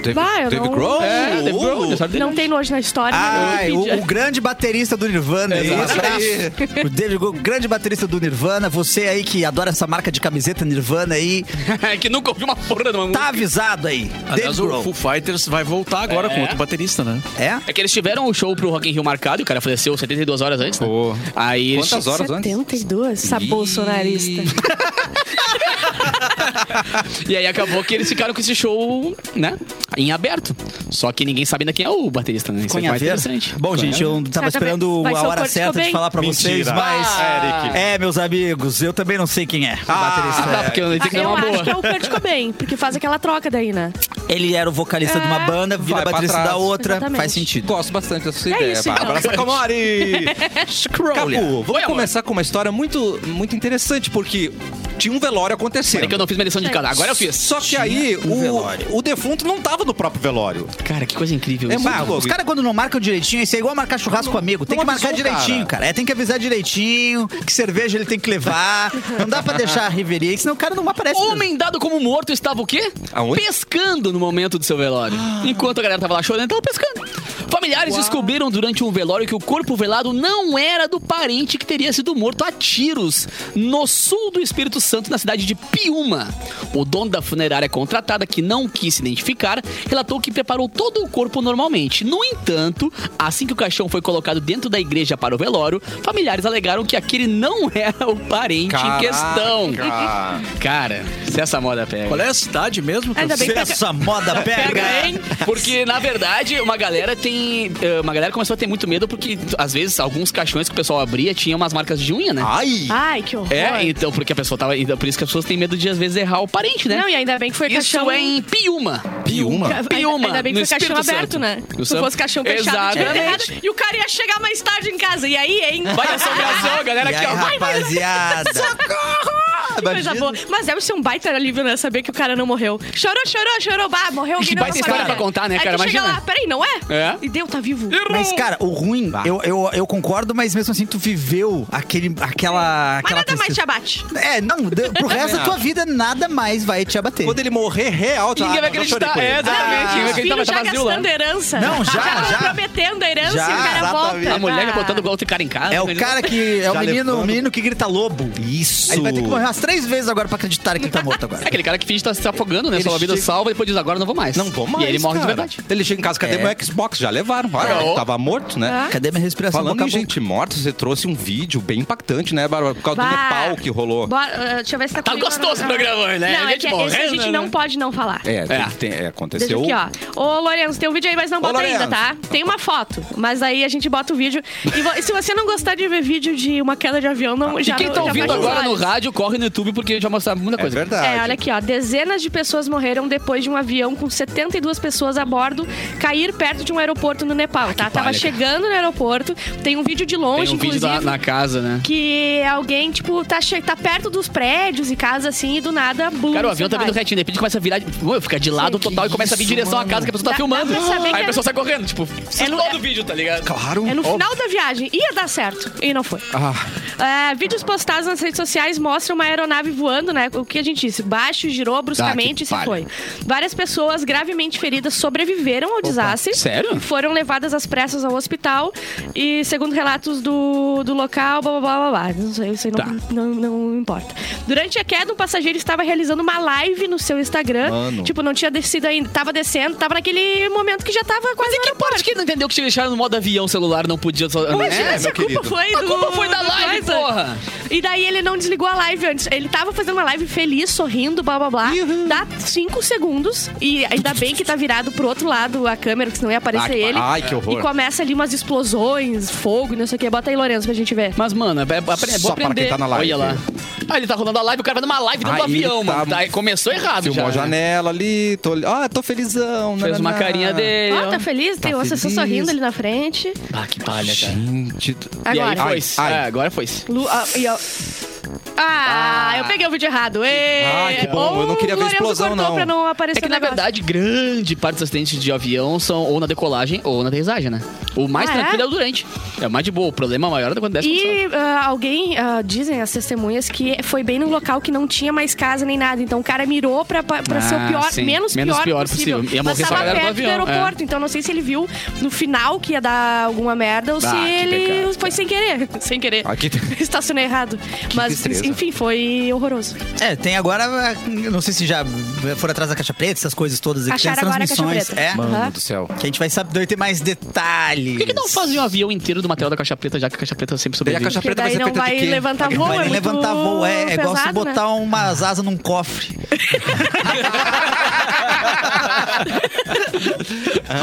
Speaker 2: David,
Speaker 3: Vai, eu
Speaker 2: David
Speaker 3: não-
Speaker 2: Grohl? Uh.
Speaker 1: É, David Grohl, aniversário dele.
Speaker 3: Não tem hoje na história. né?
Speaker 4: Ah,
Speaker 3: mas eu
Speaker 4: o,
Speaker 3: pedi.
Speaker 4: o grande baterista do Nirvana.
Speaker 2: Exato.
Speaker 4: Um abraço.
Speaker 2: Isso
Speaker 4: O David Grohl, grande baterista do Nirvana. Você aí que adora essa marca de camiseta Nirvana aí,
Speaker 1: É que nunca ouviu uma porra de uma
Speaker 4: tá
Speaker 1: música.
Speaker 4: avisado aí.
Speaker 5: Aliás,
Speaker 4: David
Speaker 5: o
Speaker 4: Grohl.
Speaker 5: Foo Fighters vai voltar agora
Speaker 1: É.
Speaker 5: com outro baterista, né?
Speaker 4: É?
Speaker 1: É que eles tiveram o show pro Rock in Rio marcado e o cara faleceu 72 horas antes, né?
Speaker 2: Pô.
Speaker 1: Aí eles-
Speaker 2: Quantas horas antes?
Speaker 3: 72, essa
Speaker 2: Ih.
Speaker 3: bolsonarista.
Speaker 1: E aí acabou que eles ficaram com esse show, né? em aberto. Só que ninguém sabe ainda quem é o baterista, né? Isso é mais
Speaker 4: Cunhaveira.
Speaker 1: interessante.
Speaker 4: Bom, gente, eu tava
Speaker 3: Vai saber-
Speaker 4: esperando
Speaker 3: vai
Speaker 4: a
Speaker 3: ser o
Speaker 4: hora
Speaker 3: Kurt
Speaker 4: certa de
Speaker 3: Cobain?
Speaker 4: falar pra vocês,
Speaker 2: Mentira.
Speaker 4: mas...
Speaker 2: Ah, Eric.
Speaker 4: É, meus amigos, eu também não sei quem é o
Speaker 1: Ah,
Speaker 4: baterista.
Speaker 1: tá, porque eu não
Speaker 3: Ah,
Speaker 1: entendi que é
Speaker 3: eu
Speaker 1: uma
Speaker 3: acho
Speaker 1: boa.
Speaker 3: que é o Kurt Cobain, porque faz aquela troca daí, né?
Speaker 4: Ele era o vocalista de uma banda, vira
Speaker 7: Vai pra
Speaker 4: baterista
Speaker 7: trás.
Speaker 4: da outra.
Speaker 3: Exatamente.
Speaker 4: Faz sentido.
Speaker 7: Gosto bastante dessa sua
Speaker 3: É
Speaker 7: ideia.
Speaker 3: isso,
Speaker 7: Bárbara.
Speaker 1: então.
Speaker 2: Abraça Comori!
Speaker 1: Scroller.
Speaker 2: Capu, vamos
Speaker 1: Oi, amor.
Speaker 2: começar com uma história muito, muito interessante, porque tinha um velório acontecendo.
Speaker 1: É que eu não fiz minha lição de casa. Agora eu fiz.
Speaker 2: Só que aí
Speaker 4: um velório.
Speaker 2: o, o defunto não tava no próprio velório.
Speaker 1: Cara, que coisa incrível.
Speaker 2: É
Speaker 1: isso.
Speaker 2: muito
Speaker 4: Ah,
Speaker 2: louco.
Speaker 4: os caras quando não marcam direitinho, isso é igual marcar churrasco com amigo. Tem
Speaker 2: não
Speaker 4: que marcar
Speaker 2: avisou,
Speaker 4: direitinho, cara. É, tem que avisar direitinho, que cerveja ele tem que levar. não dá pra deixar a riveria, senão o cara não aparece.
Speaker 1: Homem dado como morto estava o quê?
Speaker 2: Aonde?
Speaker 1: Pescando no momento do seu velório. Enquanto a galera tava lá chorando, tava pescando. Familiares descobriram durante um velório que o corpo velado não era do parente que teria sido morto a tiros no sul do Espírito Santo, na cidade de Piúma. O dono da funerária contratada, que não quis se identificar, relatou que preparou todo o corpo normalmente. No entanto, assim que o caixão foi colocado dentro da igreja para o velório, familiares alegaram que aquele não era o parente em questão. Cara, se essa moda pega.
Speaker 5: Qual é a cidade mesmo? que
Speaker 3: Ainda
Speaker 5: eu-
Speaker 3: bem que
Speaker 4: Se
Speaker 3: pega,
Speaker 4: essa moda
Speaker 1: Pega,
Speaker 4: pega.
Speaker 1: hein? Porque, na verdade, uma galera tem. eh, Uma galera começou a ter muito medo porque, às vezes, alguns caixões que o pessoal abria tinham umas marcas de unha, né?
Speaker 2: Ai!
Speaker 3: Ai, que horror.
Speaker 1: é, então, porque a pessoa tava. então, Por isso que as pessoas têm medo de, às vezes, errar o parente, né?
Speaker 3: Não, e ainda bem que foi
Speaker 1: isso
Speaker 3: caixão...
Speaker 1: é em Piúma.
Speaker 2: Piúma?
Speaker 3: Ainda-
Speaker 1: Piúma,
Speaker 3: Ainda bem que
Speaker 1: no
Speaker 3: foi caixão
Speaker 1: Espírito
Speaker 3: aberto,
Speaker 1: Santo.
Speaker 3: né?
Speaker 1: No
Speaker 3: Se
Speaker 1: Santo-
Speaker 3: fosse caixão fechado, tinha
Speaker 1: Exatamente.
Speaker 3: enterrado. E o cara ia chegar mais tarde em casa. E aí, hein?
Speaker 1: Vai a assombração, a galera
Speaker 4: E
Speaker 1: aqui,
Speaker 4: aí,
Speaker 1: ó. Vai, vai.
Speaker 4: rapaziada.
Speaker 3: Que coisa boa. Mas deve ser um baita alívio, né? Saber que o cara não morreu. Chorou, chorou, chorou. Bah, morreu alguém
Speaker 1: Que
Speaker 3: na
Speaker 1: baita
Speaker 3: nossa
Speaker 1: história
Speaker 3: família.
Speaker 1: pra contar, né,
Speaker 3: Aí tu
Speaker 1: cara?
Speaker 3: chega
Speaker 1: Imagina.
Speaker 3: lá, peraí, não é?
Speaker 1: É.
Speaker 3: E deu, tá vivo.
Speaker 4: Mas, cara, o ruim, eu, eu, eu concordo, mas mesmo assim tu viveu aquele, aquela.
Speaker 3: Mas
Speaker 4: aquela
Speaker 3: nada mais te
Speaker 4: tristeza.
Speaker 3: abate.
Speaker 4: É, não, de- pro resto da tua vida nada mais vai te abater.
Speaker 2: Quando ele morrer real, tá?
Speaker 1: E ninguém vai
Speaker 2: eu chorei
Speaker 1: acreditar.
Speaker 2: por ele.
Speaker 1: É, exatamente. Ninguém vai
Speaker 3: Os
Speaker 1: acreditar,
Speaker 3: filhos
Speaker 1: mas tá
Speaker 3: já
Speaker 1: vazio lá.
Speaker 3: gastando herança.
Speaker 4: Ah. Não, já, já.
Speaker 3: prometendo a herança
Speaker 4: Já,
Speaker 3: e o cara
Speaker 2: exatamente.
Speaker 3: volta.
Speaker 1: A mulher
Speaker 3: Ah.
Speaker 1: já botando outro cara em casa. né?
Speaker 4: É o
Speaker 1: mas-
Speaker 4: cara que. É o
Speaker 2: Já
Speaker 4: menino,
Speaker 2: levando.
Speaker 4: o menino que grita lobo.
Speaker 2: Isso!
Speaker 4: Aí vai ter que morrer umas três vezes agora pra acreditar que ele tá morto agora.
Speaker 1: É aquele cara que finge estar se afogando, né? Sua vida
Speaker 2: chega-
Speaker 1: salva e depois diz agora não vou mais.
Speaker 2: Não vou mais,
Speaker 1: E ele morre de
Speaker 2: cara.
Speaker 1: verdade.
Speaker 2: Ele chega em casa, cadê
Speaker 4: É.
Speaker 2: meu Xbox? Já levaram. Olha,
Speaker 1: É.
Speaker 2: tava morto, né?
Speaker 4: Cadê minha respiração?
Speaker 2: Falando
Speaker 4: Boca a
Speaker 2: em
Speaker 4: boca.
Speaker 2: gente morta, você trouxe um vídeo bem impactante, né, Bárbara? Por causa do
Speaker 3: Bah.
Speaker 2: Nepal que rolou.
Speaker 3: Bora, ah, deixa eu ver se tá
Speaker 1: Tá
Speaker 3: comigo
Speaker 1: gostoso
Speaker 3: ou não.
Speaker 1: o programa hoje, né?
Speaker 3: Não,
Speaker 1: A
Speaker 3: é
Speaker 1: gente
Speaker 3: que esse a
Speaker 1: morrendo, né?
Speaker 3: gente não pode não falar.
Speaker 2: É, tem-
Speaker 1: É.
Speaker 2: tem- é,
Speaker 3: Deixa
Speaker 2: aconteceu.
Speaker 3: aqui, ó. Ô, Lourenço, tem um vídeo aí, mas não bota ainda,
Speaker 2: Lourenço.
Speaker 3: tá? Tem uma foto, mas aí a gente bota o vídeo. E vo- e se você não gostar de ver vídeo de uma queda de avião, não,
Speaker 1: E
Speaker 3: já
Speaker 1: quem
Speaker 3: não-
Speaker 1: tá
Speaker 3: já um
Speaker 1: ouvindo
Speaker 3: baixa os
Speaker 1: agora no
Speaker 3: olhos.
Speaker 1: rádio, corre no YouTube porque a gente vai mostrar muita
Speaker 2: É
Speaker 1: coisa.
Speaker 2: verdade.
Speaker 3: É, olha aqui, ó. Dezenas de pessoas morreram depois de um avião com 72 pessoas a bordo cair perto de um aeroporto no Nepal, tá? Tava
Speaker 1: Ah, palha,
Speaker 3: chegando no aeroporto. Tem um vídeo de longe,
Speaker 1: Tem um vídeo
Speaker 3: inclusive.
Speaker 1: da- na casa, né?
Speaker 3: Que alguém, tipo, tá, che- tá perto dos prédios e casa assim, e do nada, bum.
Speaker 1: Cara, o avião tá
Speaker 3: você
Speaker 1: vindo
Speaker 3: vai.
Speaker 1: retinho, de repente começa a virar, Ué, fica de lado total e começa a vir em direção à casa que a pessoa tá
Speaker 3: Dá-
Speaker 1: filmando.
Speaker 3: dá pra saber
Speaker 1: Aí
Speaker 3: que
Speaker 1: a
Speaker 3: é-
Speaker 1: pessoa sai correndo, tipo, é
Speaker 3: no-
Speaker 1: no... do vídeo, tá ligado?
Speaker 2: Claro.
Speaker 3: É no final da viagem. Ia dar certo. E não foi.
Speaker 1: Ah.
Speaker 3: É, vídeos postados nas redes sociais mostram uma aeronave voando, né? O que a gente disse. Baixo, girou bruscamente e se foi. Várias pessoas gravemente feridas sobreviveram ao desastre.
Speaker 1: sério?
Speaker 3: E foram levadas às pressas ao hospital. E segundo relatos do, do local, blá blá blá blá blá. Não sei, isso aí não,
Speaker 1: Tá.
Speaker 3: não, não importa. Durante a queda, um passageiro estava realizando uma live no seu Instagram.
Speaker 2: Mano.
Speaker 3: Tipo, não tinha descido ainda. Tava descendo, tava naquele momento que já tava quase.
Speaker 1: Mas e que parte que ele não entendeu que te deixaram no modo avião celular, não podia só andar?
Speaker 3: Imagina
Speaker 1: É,
Speaker 3: se né, a
Speaker 2: meu
Speaker 3: culpa
Speaker 2: querido.
Speaker 3: foi
Speaker 1: A
Speaker 3: do-
Speaker 1: culpa foi da
Speaker 3: do
Speaker 1: live,
Speaker 3: coisa.
Speaker 1: porra.
Speaker 3: E daí ele não desligou a live antes. Ele tava fazendo uma live feliz, sorrindo, blá blá blá. Dá cinco segundos. E ainda bem que tá virado pro outro lado a câmera, Ah, que senão ia aparecer
Speaker 1: que
Speaker 3: ele.
Speaker 2: Ai, que
Speaker 3: E
Speaker 2: horror.
Speaker 3: começa ali umas explosões, fogo e não sei o que. Bota aí, Lourenço, pra gente ver.
Speaker 1: Mas, mano, é, é, é
Speaker 2: Só
Speaker 1: bom
Speaker 2: para quem
Speaker 1: aprender.
Speaker 2: tá na live.
Speaker 1: Olha lá. Ah, ele tá rolando a live, o cara vai numa live dentro do
Speaker 2: Aí
Speaker 1: avião,
Speaker 2: tá-
Speaker 1: mano. Tá, aí começou errado
Speaker 2: Filmou a
Speaker 1: já. né?
Speaker 2: janela ali. Tô... Ah, tô felizão.
Speaker 1: Fez uma
Speaker 2: nananá.
Speaker 1: carinha dele.
Speaker 3: Ó,
Speaker 1: ó.
Speaker 3: tá feliz? Tem você só
Speaker 2: feliz.
Speaker 3: sorrindo ali na frente.
Speaker 1: Ah, que palha, cara.
Speaker 2: Gente.
Speaker 1: E
Speaker 3: Agora.
Speaker 1: aí foi.
Speaker 2: Ai, ai.
Speaker 1: É, agora foi.
Speaker 3: Lu- ah, e ó- Ah, eu peguei o vídeo errado. Ê!
Speaker 2: Ai, que bom, eu não queria ver
Speaker 3: O Lourenço
Speaker 2: explosão,
Speaker 3: cortou
Speaker 2: não.
Speaker 3: Pra não aparecer
Speaker 1: É que,
Speaker 3: o
Speaker 1: na
Speaker 3: negócio.
Speaker 1: verdade, grande parte dos acidentes de avião são ou na decolagem ou na aterrissagem, né? O mais
Speaker 3: Ah, é?
Speaker 1: tranquilo é? o durante. É o mais de boa. O problema maior é quando desce quando sobe.
Speaker 3: E ah, alguém, ah, dizem as testemunhas, que foi bem num local que não tinha mais casa nem nada. Então o cara mirou pra, pra, pra
Speaker 1: Ah,
Speaker 3: ser o pior,
Speaker 1: sim.
Speaker 3: menos,
Speaker 1: Menos
Speaker 3: pior
Speaker 1: pior
Speaker 3: possível.
Speaker 1: possível. Ia
Speaker 3: Mas
Speaker 1: morrer só a
Speaker 3: tava
Speaker 1: galera do
Speaker 3: perto do
Speaker 1: avião,
Speaker 3: aeroporto, então não sei se ele viu no final que ia dar alguma merda ou
Speaker 1: Ah,
Speaker 3: se
Speaker 1: que
Speaker 3: ele
Speaker 1: pecado,
Speaker 3: foi sem querer. Sem querer.
Speaker 2: Aqui tem-
Speaker 3: Estacionei errado. Mas
Speaker 2: tristeza.
Speaker 3: enfim, foi horroroso.
Speaker 4: É, tem agora, não sei se já foram atrás da caixa preta, essas coisas todas aqui, tem as
Speaker 3: Acharam agora a caixa
Speaker 4: transmissões.
Speaker 3: preta.
Speaker 4: É,
Speaker 3: Aham.
Speaker 7: Mano do céu.
Speaker 4: que a gente vai saber ter mais detalhes.
Speaker 1: Por que, que não fazem um avião inteiro do material da caixa preta, já que a caixa preta sempre
Speaker 2: Daí a
Speaker 1: sobrevive?
Speaker 2: caixa
Speaker 3: Porque
Speaker 2: preta vai
Speaker 3: daí
Speaker 2: ser
Speaker 3: não
Speaker 2: feita
Speaker 3: vai
Speaker 2: de quê?
Speaker 3: levantar voo,
Speaker 4: Vai
Speaker 3: é muito
Speaker 4: levantar voo, é, é igual você
Speaker 3: pesado, né?
Speaker 4: botar umas asas num cofre.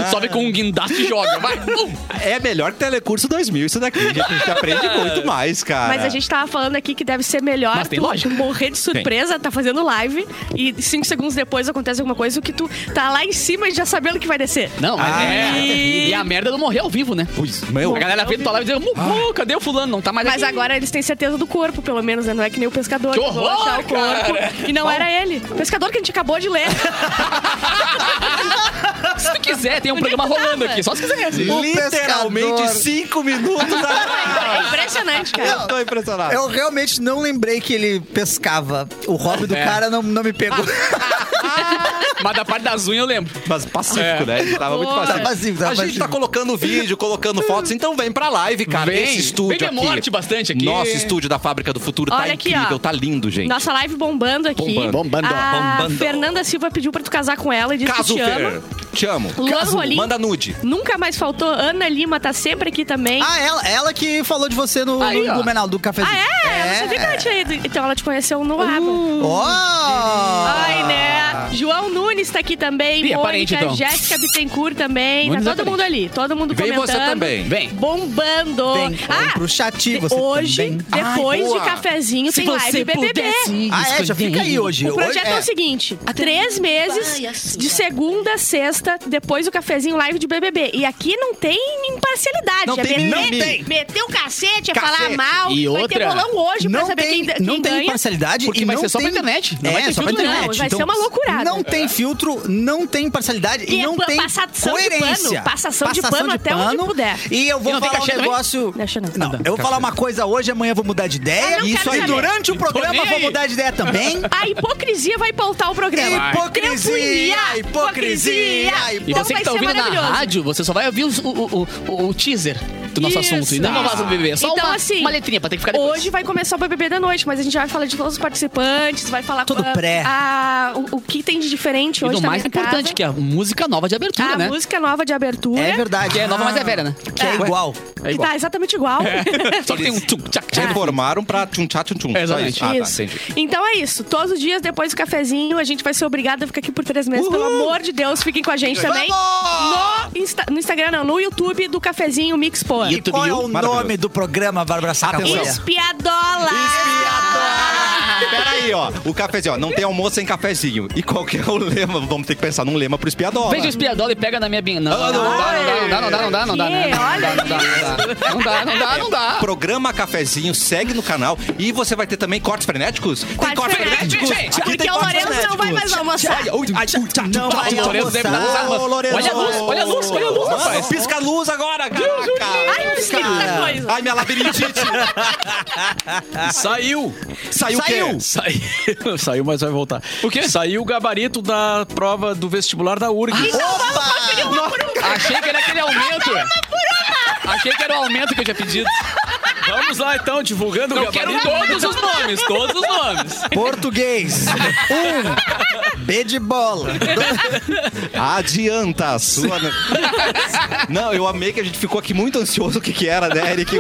Speaker 1: Sobe com um guindaste e joga. Vai. Pum.
Speaker 2: É melhor que Telecurso 2000 isso daqui. A gente aprende muito mais, cara.
Speaker 3: Mas a gente tava falando aqui que deve ser melhor
Speaker 1: Mas tem
Speaker 3: tu
Speaker 1: lógica.
Speaker 3: morrer de surpresa, tá fazendo live e cinco segundos depois acontece alguma coisa que tu tá lá em cima e já sabendo que vai descer.
Speaker 1: Não, mas
Speaker 2: Ah,
Speaker 1: é.
Speaker 3: é.
Speaker 1: E a merda do morrer ao vivo, né?
Speaker 2: Meu,
Speaker 1: A galera veio do tua live e dizia,
Speaker 4: Ah.
Speaker 1: "Mumu, cadê o fulano? Não tá mais
Speaker 3: Mas
Speaker 1: aqui."
Speaker 3: agora eles têm certeza do corpo, pelo menos, né? Não é que nem o pescador.
Speaker 1: Que
Speaker 3: eu vou
Speaker 1: horror,
Speaker 3: achar o corpo. E não era ele. O pescador que a gente acabou de ler.
Speaker 1: Se tu quiser, tem um
Speaker 3: Onde é que
Speaker 1: programa
Speaker 3: tu tava?
Speaker 1: rolando aqui. Só se quiser.
Speaker 4: O
Speaker 2: literalmente
Speaker 4: pescador.
Speaker 2: cinco minutos.
Speaker 3: É impressionante, cara.
Speaker 2: Eu tô impressionado.
Speaker 4: Eu realmente não lembrei que ele pescava. O hobby do
Speaker 1: É.
Speaker 4: cara não, não me pegou.
Speaker 1: Mas da parte das unhas eu lembro.
Speaker 2: Mas pacífico, né? Ele Tava muito
Speaker 3: Boa.
Speaker 4: tá
Speaker 2: pacífico.
Speaker 4: vazio, tá
Speaker 2: A gente
Speaker 4: vazio.
Speaker 2: tá colocando vídeo, colocando fotos, então vem pra live, cara.
Speaker 1: É. Vem.
Speaker 2: Esse estúdio
Speaker 1: Vem de
Speaker 2: aqui.
Speaker 1: morte bastante aqui.
Speaker 2: Nosso estúdio da Fábrica do Futuro tá
Speaker 3: Olha aqui, ó.
Speaker 2: incrível, tá lindo, gente.
Speaker 3: Nossa live bombando aqui.
Speaker 2: Bombando.
Speaker 7: Bombando, ó,
Speaker 3: a
Speaker 2: bombando.
Speaker 3: Fernanda Silva pediu pra tu casar com ela e disse
Speaker 2: Caso
Speaker 3: que te ama.
Speaker 2: Fer, te amo.
Speaker 3: Luan
Speaker 2: Caso,
Speaker 3: Rolim.
Speaker 2: manda nude.
Speaker 3: Nunca mais faltou. Ana Lima tá sempre aqui também.
Speaker 4: Ah, ela, ela que falou de você no,
Speaker 1: Aí,
Speaker 4: no
Speaker 1: ó.
Speaker 4: Blumenau, do cafezinho.
Speaker 3: Ah, é? Eu não sabia que ela tinha ido. Então ela te conheceu no Aba.
Speaker 4: Oh!
Speaker 3: Ai, né? João Nunes tá aqui também.
Speaker 1: Ih, é
Speaker 3: Mônica,
Speaker 1: parente, então.
Speaker 3: Jéssica Bittencourt também.
Speaker 1: Nunes é
Speaker 3: tá todo
Speaker 1: parente.
Speaker 3: mundo ali. Todo mundo
Speaker 2: Vem
Speaker 3: comentando.
Speaker 2: você também.
Speaker 1: Vem.
Speaker 3: Bombando.
Speaker 4: Vem, vem
Speaker 3: ah,
Speaker 4: pro chat, você
Speaker 3: hoje,
Speaker 4: também.
Speaker 3: depois
Speaker 2: boa.
Speaker 3: de cafezinho, tem live é BBB.
Speaker 4: Ah, é, já fica aí hoje.
Speaker 3: O projeto
Speaker 4: Hoje-
Speaker 3: é, o seguinte: três
Speaker 4: assim,
Speaker 3: meses de segunda a sexta, depois o cafezinho live de BBB. E aqui não tem imparcialidade.
Speaker 2: Não
Speaker 3: é
Speaker 2: tem
Speaker 3: meter,
Speaker 2: mimimi.
Speaker 3: meter o cacete, é
Speaker 2: Cacete.
Speaker 3: falar mal.
Speaker 1: E
Speaker 3: vai ter
Speaker 1: outra,
Speaker 3: bolão hoje pra
Speaker 4: não
Speaker 3: saber
Speaker 4: tem,
Speaker 3: quem,
Speaker 4: não
Speaker 3: quem
Speaker 4: tem
Speaker 3: ganha.
Speaker 4: imparcialidade.
Speaker 1: Porque
Speaker 4: e
Speaker 1: vai
Speaker 4: não
Speaker 1: ser só pra
Speaker 4: tem-
Speaker 1: internet, não
Speaker 4: É,
Speaker 1: vai ter
Speaker 4: só pra
Speaker 1: filtro,
Speaker 4: internet.
Speaker 1: não.
Speaker 3: Vai ser uma loucurada.
Speaker 4: Não tem filtro, não tem imparcialidade e,
Speaker 3: E é
Speaker 4: não
Speaker 3: pa-
Speaker 4: tem
Speaker 3: passação de
Speaker 4: coerência.
Speaker 3: pano, passação de pano até onde puder.
Speaker 4: E eu
Speaker 1: E
Speaker 4: vou
Speaker 1: não tem
Speaker 4: falar um
Speaker 1: cachê também?
Speaker 4: negócio...
Speaker 3: Deixa eu não.
Speaker 4: Não, eu vou falar uma coisa hoje, amanhã eu vou mudar de ideia.
Speaker 3: Ah, não
Speaker 4: isso
Speaker 3: quero
Speaker 4: aí,
Speaker 3: saber.
Speaker 4: durante o
Speaker 1: Tô
Speaker 4: programa,
Speaker 1: nem
Speaker 4: eu vou
Speaker 1: aí.
Speaker 4: mudar de ideia também.
Speaker 3: A hipocrisia vai pautar o programa.
Speaker 4: Hipocrisia,
Speaker 3: Tempo ia,
Speaker 4: hipocrisia,
Speaker 3: hipocrisia.
Speaker 1: E
Speaker 4: hipocrisia.
Speaker 3: Então
Speaker 1: você
Speaker 3: vai
Speaker 1: que tá
Speaker 3: ser
Speaker 1: ouvindo na
Speaker 3: maravilhoso.
Speaker 1: rádio, você só vai ouvir os- o, o, o- o teaser do nosso
Speaker 3: Isso.
Speaker 1: assunto. E não uma vaza do bebê. É só
Speaker 3: Então,
Speaker 1: uma,
Speaker 3: assim,
Speaker 1: uma letrinha pra ter que ficar depois.
Speaker 3: Hoje vai começar o BBB da noite, mas a gente vai falar de todos os participantes, vai falar
Speaker 4: Tudo
Speaker 3: qual-
Speaker 4: pré.
Speaker 3: a- o, o que tem de diferente
Speaker 1: e
Speaker 3: hoje
Speaker 1: do
Speaker 3: também
Speaker 1: mais
Speaker 3: na casa.
Speaker 1: importante, que é a música nova de abertura,
Speaker 3: a
Speaker 1: né?
Speaker 3: música nova de abertura.
Speaker 4: É verdade.
Speaker 1: Que é nova, mas é velha, né?
Speaker 4: Que é igual.
Speaker 1: É
Speaker 3: Que
Speaker 1: igual.
Speaker 3: tá exatamente igual.
Speaker 1: Só que tem um tchum, tchac, tchac.
Speaker 2: Reformaram pra tchum-tchá, tchum-tchum.
Speaker 1: É,
Speaker 2: Só
Speaker 1: exatamente.
Speaker 2: isso. Ah, tá,
Speaker 3: Tá. Isso.
Speaker 2: entendi.
Speaker 3: Então é isso. Todos os dias, depois do cafezinho, a gente vai ser obrigada a ficar aqui por três meses. Pelo amor de Deus, fiquem com a gente também. No, Insta- no Instagram, não, no YouTube do Cafezinho Mix Poa.
Speaker 1: E-
Speaker 4: Qual é o
Speaker 2: Maravilhoso.
Speaker 4: nome do programa, Bárbara
Speaker 3: Tá
Speaker 4: Sacamolha?
Speaker 2: Atenção.
Speaker 3: Espiadola!
Speaker 2: Peraí, ó. O cafezinho, ó. Não tem almoço sem cafezinho. E qual que é o lema? Vamos ter que pensar num lema pro né? espiadola.
Speaker 1: Veja o espiadola e pega na minha bin. Não, não, dá, não dá, não dá, não dá, não dá, né? não dá, não dá, não dá, não dá.
Speaker 2: Programa Cafezinho, segue no canal e você vai ter também cortes frenéticos? Tem
Speaker 3: Quarto
Speaker 2: cortes
Speaker 3: frenético.
Speaker 2: frenéticos?
Speaker 1: Gente,
Speaker 2: Aqui
Speaker 3: Porque
Speaker 2: tem
Speaker 3: o
Speaker 2: cortes
Speaker 3: Lourenço não vai
Speaker 2: frenéticos.
Speaker 3: mais almoçar.
Speaker 4: Não
Speaker 1: Ah,
Speaker 4: vai
Speaker 1: o Lourenço deve estar
Speaker 4: almoçar.
Speaker 1: desarmado. Olha a luz, olha a luz, olha a luz, rapaz.
Speaker 2: Pisca a luz agora,
Speaker 3: Ai,
Speaker 2: caraca.
Speaker 3: eu esqueci muita coisa.
Speaker 2: Ai, minha labirintite.
Speaker 5: Saiu!
Speaker 2: Saiu o quê?
Speaker 5: Saiu! Saiu, mas vai voltar.
Speaker 1: O quê?
Speaker 5: Saiu o gabarito da prova do vestibular da
Speaker 3: Ah,
Speaker 5: URGS.
Speaker 1: Achei que era aquele aumento. Achei que era o aumento que eu tinha pedido.
Speaker 3: tá.
Speaker 5: Vamos lá então, divulgando o
Speaker 1: Eu quero
Speaker 5: gabarito.
Speaker 1: todos os nomes, todos os nomes.
Speaker 4: Português. Um. B de bola.
Speaker 2: Adianta a sua... Não, eu amei que a gente ficou aqui muito ansioso o que que era, né, Eric?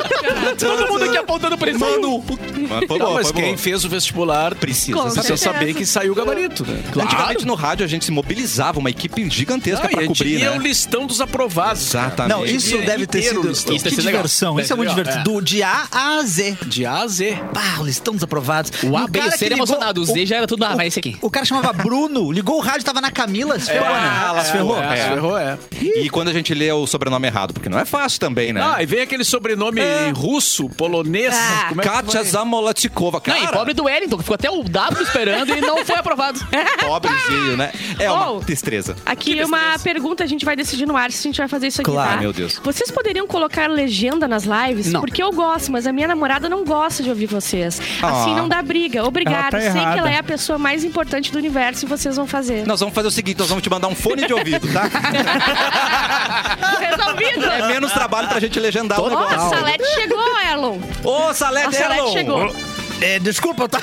Speaker 1: Todo mundo aqui apontando pra ele.
Speaker 2: Mano, mas foi
Speaker 5: Não,
Speaker 2: bom,
Speaker 5: mas
Speaker 2: foi
Speaker 5: quem
Speaker 2: bom.
Speaker 5: fez o vestibular precisa,
Speaker 3: Com
Speaker 5: precisa
Speaker 3: certeza.
Speaker 5: saber que saiu o gabarito. Né?
Speaker 2: Antigamente no rádio a gente se mobilizava, uma equipe gigantesca
Speaker 5: Ah, e a
Speaker 2: pra
Speaker 5: gente
Speaker 2: cobrir,
Speaker 5: lia o
Speaker 2: né?
Speaker 5: listão dos aprovados.
Speaker 2: Exatamente.
Speaker 4: Não, isso
Speaker 5: Inteiro,
Speaker 4: deve ter sido...
Speaker 5: listão.
Speaker 1: é Isso deve
Speaker 4: que
Speaker 1: ser legal.
Speaker 4: diversão.
Speaker 1: Deve
Speaker 4: Isso
Speaker 1: ser
Speaker 4: é muito
Speaker 1: legal,
Speaker 4: divertido.
Speaker 1: é.
Speaker 4: Do de A a Z.
Speaker 5: De A a Z.
Speaker 4: Pá, eles estão desaprovados.
Speaker 1: O A,
Speaker 4: Um
Speaker 1: B e
Speaker 4: cara
Speaker 1: C
Speaker 4: que
Speaker 1: era
Speaker 4: ligou-
Speaker 1: emocionado. O Z já era tudo. Ah,
Speaker 4: o-
Speaker 1: vai esse aqui. É.
Speaker 4: O cara chamava Bruno, ligou o rádio, tava na Camila, se ferrou,
Speaker 1: Ah,
Speaker 4: né? Se ferrou.
Speaker 5: É,
Speaker 2: É.
Speaker 5: se ferrou, é.
Speaker 2: E quando a gente lê o sobrenome errado, porque não é fácil também, né?
Speaker 5: Ah, e vem aquele sobrenome russo, polonês.
Speaker 3: É. Ah.
Speaker 5: Como é que
Speaker 2: Kátia Zamolatikova,
Speaker 1: Não,
Speaker 2: cara.
Speaker 1: e pobre do Wellington, que ficou até o W esperando e não foi aprovado.
Speaker 2: Pobrezinho, né? É
Speaker 3: Oh.
Speaker 2: uma tristeza.
Speaker 3: Aqui uma pergunta, a gente vai decidir no ar se a gente vai fazer isso aqui,
Speaker 4: Claro.
Speaker 3: tá?
Speaker 2: Meu Deus.
Speaker 3: Vocês poderiam colocar legenda nas lives?
Speaker 1: Não.
Speaker 3: Porque eu gosto, mas a minha namorada não gosta de ouvir vocês. Assim
Speaker 2: Ah.
Speaker 3: não dá briga.
Speaker 5: Ela
Speaker 3: Obrigada.
Speaker 5: tá
Speaker 3: Sei que
Speaker 5: errada.
Speaker 3: ela é a pessoa mais importante do universo e vocês vão fazer.
Speaker 2: Nós vamos fazer o seguinte, nós vamos te mandar um fone de ouvido, tá?
Speaker 3: Tá Resolvido!
Speaker 2: É menos trabalho pra gente legendar o
Speaker 3: Ó,
Speaker 2: negócio.
Speaker 3: a Salete chegou, Elon!
Speaker 2: Ô,
Speaker 3: A
Speaker 2: Salete,
Speaker 3: Salete
Speaker 2: Elon!
Speaker 3: chegou.
Speaker 4: É, desculpa, eu tá.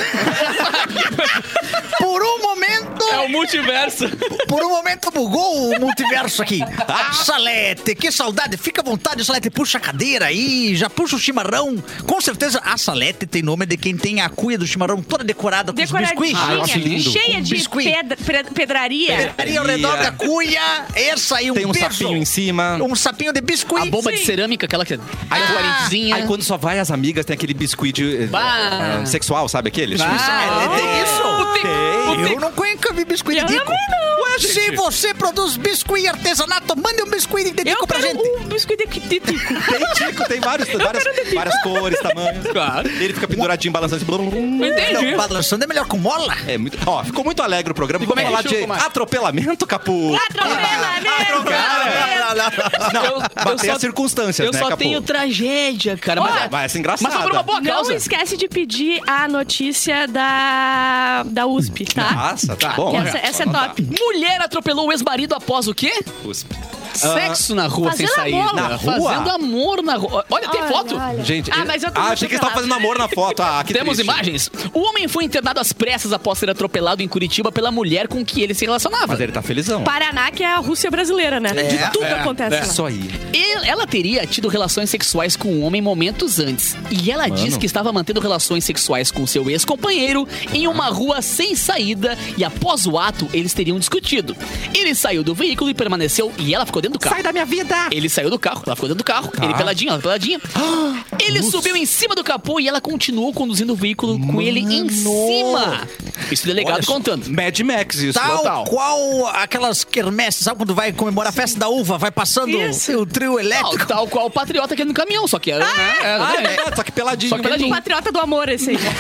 Speaker 4: por um momento.
Speaker 1: É o multiverso.
Speaker 4: Por um momento bugou o multiverso aqui. Ah, Salete, que saudade. Fica à vontade, Salete. Puxa a cadeira aí, já puxa o chimarrão. Com certeza, a Salete tem nome de quem tem a cuia do chimarrão toda decorada com os biscuits.
Speaker 2: Ah,
Speaker 3: Decoradinha, cheia
Speaker 4: Com
Speaker 3: de
Speaker 4: biscuit.
Speaker 3: pedra- pre- pedraria.
Speaker 4: Ali ao redor da cuia, essa aí um
Speaker 2: Tem um
Speaker 4: peso,
Speaker 2: sapinho em cima.
Speaker 4: Um sapinho de biscuit.
Speaker 1: A bomba de
Speaker 3: Sim.
Speaker 1: cerâmica, aquela que. é
Speaker 2: Aí, quando-
Speaker 1: Transparentezinha.
Speaker 2: aí quando só vai as amigas, tem aquele biscuit eh,
Speaker 1: Bah.
Speaker 2: eh, sexual, sabe aquele?
Speaker 1: né?
Speaker 4: Ah, é- tem isso?
Speaker 2: Tem.
Speaker 4: Eu não nunca vi biscuit de
Speaker 3: Eu
Speaker 4: dico.
Speaker 3: também não.
Speaker 4: Ué, Se você produz biscuit artesanato, mande um biscuit de dico
Speaker 3: Eu
Speaker 4: pra
Speaker 3: quero
Speaker 4: gente.
Speaker 3: um biscoito de de tico.
Speaker 2: Tem tico, tem vários, várias, várias cores, tamanhos.
Speaker 1: Claro.
Speaker 2: Ele fica penduradinho, balançando. assim, Blum, blum, blum.
Speaker 1: Entendi.
Speaker 4: Não, balançando é melhor com mola.
Speaker 2: É muito. Ó, ficou muito alegre o programa. Vamos
Speaker 1: é que
Speaker 2: falar
Speaker 1: chupa
Speaker 2: de
Speaker 1: mais?
Speaker 2: atropelamento, Capu.
Speaker 3: Atropela mesmo, cara.
Speaker 2: Não,
Speaker 1: Eu- eu
Speaker 2: bater
Speaker 1: só-
Speaker 2: as circunstâncias,
Speaker 1: Eu
Speaker 2: né,
Speaker 1: só
Speaker 2: Capu?
Speaker 1: tenho tragédia, cara.
Speaker 2: Olha,
Speaker 1: Mas, é-
Speaker 2: vai ser engraçada.
Speaker 1: Mas foi por uma boa
Speaker 3: Não
Speaker 1: causa.
Speaker 3: esquece de pedir a notícia da, da USP, tá?
Speaker 2: Nossa, tá bom.
Speaker 3: Essa, essa é top.
Speaker 1: Mulher atropelou o ex-marido após o quê?
Speaker 2: Cuspe.
Speaker 1: Ah. Sexo na rua sem
Speaker 3: fazendo
Speaker 1: saída.
Speaker 3: amor. Na
Speaker 2: rua?
Speaker 1: Fazendo amor na rua. Olha, tem
Speaker 6: Olha,
Speaker 1: foto?
Speaker 6: olha.
Speaker 2: Gente,
Speaker 3: Ah,
Speaker 2: eu-
Speaker 3: mas eu tô
Speaker 2: ah,
Speaker 3: muito
Speaker 2: achei que eles estavam fazendo
Speaker 3: pelada.
Speaker 2: amor na foto. Ah, que
Speaker 1: Temos
Speaker 2: triste.
Speaker 1: imagens? O homem foi internado às pressas após ser atropelado em Curitiba pela mulher com que ele se relacionava.
Speaker 2: Mas ele tá felizão.
Speaker 3: Paraná, que é a Rússia brasileira, né? de tudo acontece
Speaker 2: É
Speaker 3: lá.
Speaker 2: Só aí.
Speaker 1: Ele- ela teria tido relações sexuais com um homem momentos antes. E ela diz que estava mantendo relações sexuais com seu ex-companheiro em uma rua sem saída. E após o ato, eles teriam discutido. Ele saiu do veículo e permaneceu. E ela ficou dentro do carro.
Speaker 2: da minha vida!
Speaker 1: Ele saiu do carro, ela ficou dentro do carro, ele peladinho, ela peladinha. Ele subiu em cima do capô e ela continuou conduzindo o veículo com ele em cima. Isso o delegado
Speaker 2: Olha,
Speaker 1: contando.
Speaker 2: Mad Max, isso.
Speaker 4: Tal
Speaker 2: total.
Speaker 4: qual aquelas quermesses, sabe quando vai comemorar a festa da uva, vai passando
Speaker 3: Isso.
Speaker 4: o trio
Speaker 1: Tal,
Speaker 4: elétrico?
Speaker 1: tal qual o patriota aqui no caminhão, só que era, né? Era,
Speaker 2: É Ah,
Speaker 1: né?
Speaker 2: é, só que peladinho.
Speaker 1: Só que
Speaker 3: O
Speaker 1: peladinho.
Speaker 3: patriota do amor, assim. esse aí.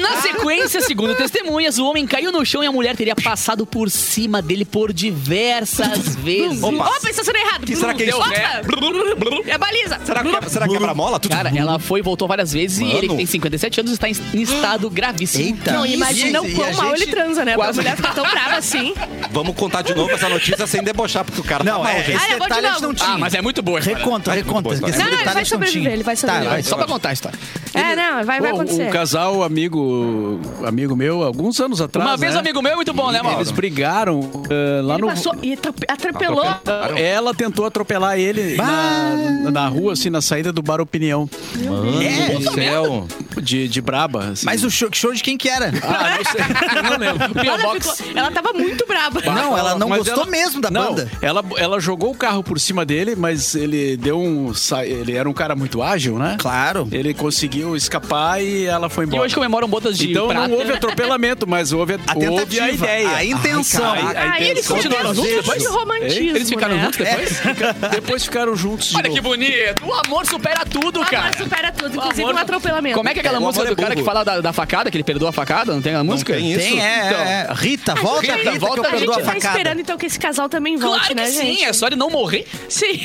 Speaker 1: Na sequência, segundo testemunhas, o homem caiu no chão e a mulher teria passado por cima dele por diversas vezes.
Speaker 2: Opa.
Speaker 3: Opa, estacionei errado.
Speaker 2: Que será que é isso?
Speaker 3: Opa!
Speaker 2: É.
Speaker 3: É a baliza.
Speaker 2: Será que, será que é pra mola? Tudo-
Speaker 1: Cara, ela foi e voltou várias vezes e
Speaker 2: Mano.
Speaker 1: ele, que tem 57 anos, está em, em estado gravíssimo.
Speaker 4: Eita.
Speaker 3: Não, imagina o
Speaker 4: E
Speaker 3: quão
Speaker 4: a
Speaker 3: mal
Speaker 4: gente-
Speaker 3: ele transa, né?
Speaker 1: quase-
Speaker 3: Quase. A mulher fica tão brava assim.
Speaker 2: Vamos contar de novo essa notícia sem debochar, porque o cara tá
Speaker 4: Não,
Speaker 2: mal,
Speaker 4: é,
Speaker 2: gente.
Speaker 3: Ah,
Speaker 4: esse
Speaker 3: eu vou de
Speaker 4: detalhe a gente
Speaker 3: novo.
Speaker 4: não tinha.
Speaker 1: Ah, mas é muito boa. essa parada.
Speaker 4: Reconta, reconta.
Speaker 2: boa,
Speaker 4: esse
Speaker 3: Não, não, ele
Speaker 4: detalhe
Speaker 3: vai
Speaker 4: a gente não
Speaker 3: sobreviver,
Speaker 4: tinha.
Speaker 3: ele vai sobreviver.
Speaker 4: Tá, vai,
Speaker 1: Só pra contar a história.
Speaker 3: É, não, vai, vai
Speaker 5: O-
Speaker 3: acontecer.
Speaker 5: O um casal, amigo, amigo meu, alguns anos atrás.
Speaker 1: Uma vez,
Speaker 5: né?
Speaker 1: amigo meu, muito bom, né, Mauro?
Speaker 5: Eles brigaram eh, lá
Speaker 3: Ele
Speaker 5: no. Tá eh,
Speaker 3: passou e atrope- atropelou.
Speaker 5: Ela tentou atropelar ele na, na rua, assim, na saída do Bar Opinião.
Speaker 4: É,
Speaker 5: Do céu. De, de braba. assim.
Speaker 4: mas o show, show de quem que era?
Speaker 5: Ah, não sei. Não lembro.
Speaker 1: P.O.
Speaker 3: Ela,
Speaker 1: Box.
Speaker 3: ficou, ela tava muito braba.
Speaker 4: Não, ela não
Speaker 5: Mas
Speaker 4: gostou
Speaker 5: ela-
Speaker 4: mesmo da
Speaker 5: não,
Speaker 4: banda.
Speaker 5: Ela, ela jogou o carro por cima dele, mas ele deu um. sa- Ele era um cara muito ágil, né?
Speaker 4: Claro.
Speaker 5: Ele conseguiu escapar e ela foi
Speaker 1: E
Speaker 5: embora.
Speaker 1: hoje comemoram botas de
Speaker 5: então
Speaker 1: prata. né?
Speaker 5: não houve atropelamento, mas houve a,
Speaker 4: A
Speaker 5: houve
Speaker 4: tentativa,
Speaker 5: a ideia.
Speaker 4: a intenção.
Speaker 5: Ai, cara,
Speaker 3: Ah, e eles
Speaker 5: intenção.
Speaker 3: continuaram
Speaker 4: Desejo.
Speaker 3: juntos de romantismo.
Speaker 1: Eles ficaram
Speaker 3: né?
Speaker 1: juntos
Speaker 4: É,
Speaker 1: depois?
Speaker 5: Depois ficaram juntos de
Speaker 1: Olha que
Speaker 5: novo.
Speaker 1: bonito. O amor supera tudo,
Speaker 3: O amor
Speaker 1: cara.
Speaker 3: supera tudo,
Speaker 1: O
Speaker 3: inclusive
Speaker 1: amor-
Speaker 3: um atropelamento.
Speaker 1: Como é que é aquela
Speaker 2: O
Speaker 1: música
Speaker 2: amor
Speaker 1: do
Speaker 2: é
Speaker 1: cara que
Speaker 2: burro.
Speaker 1: fala da, da facada, que ele perdoa a facada? Não tem a música?
Speaker 2: tem isso?
Speaker 4: Tem, é,
Speaker 1: Então.
Speaker 4: é. Rita, volta,
Speaker 1: gente-
Speaker 4: Rita,
Speaker 1: volta,
Speaker 4: que eu
Speaker 1: a
Speaker 3: A
Speaker 4: perdoo a
Speaker 3: Ah, gente tá
Speaker 4: facada.
Speaker 3: esperando então que esse casal também volte,
Speaker 1: Claro
Speaker 3: né,
Speaker 1: que
Speaker 3: gente?
Speaker 1: sim, é só ele não morrer.
Speaker 3: Sim.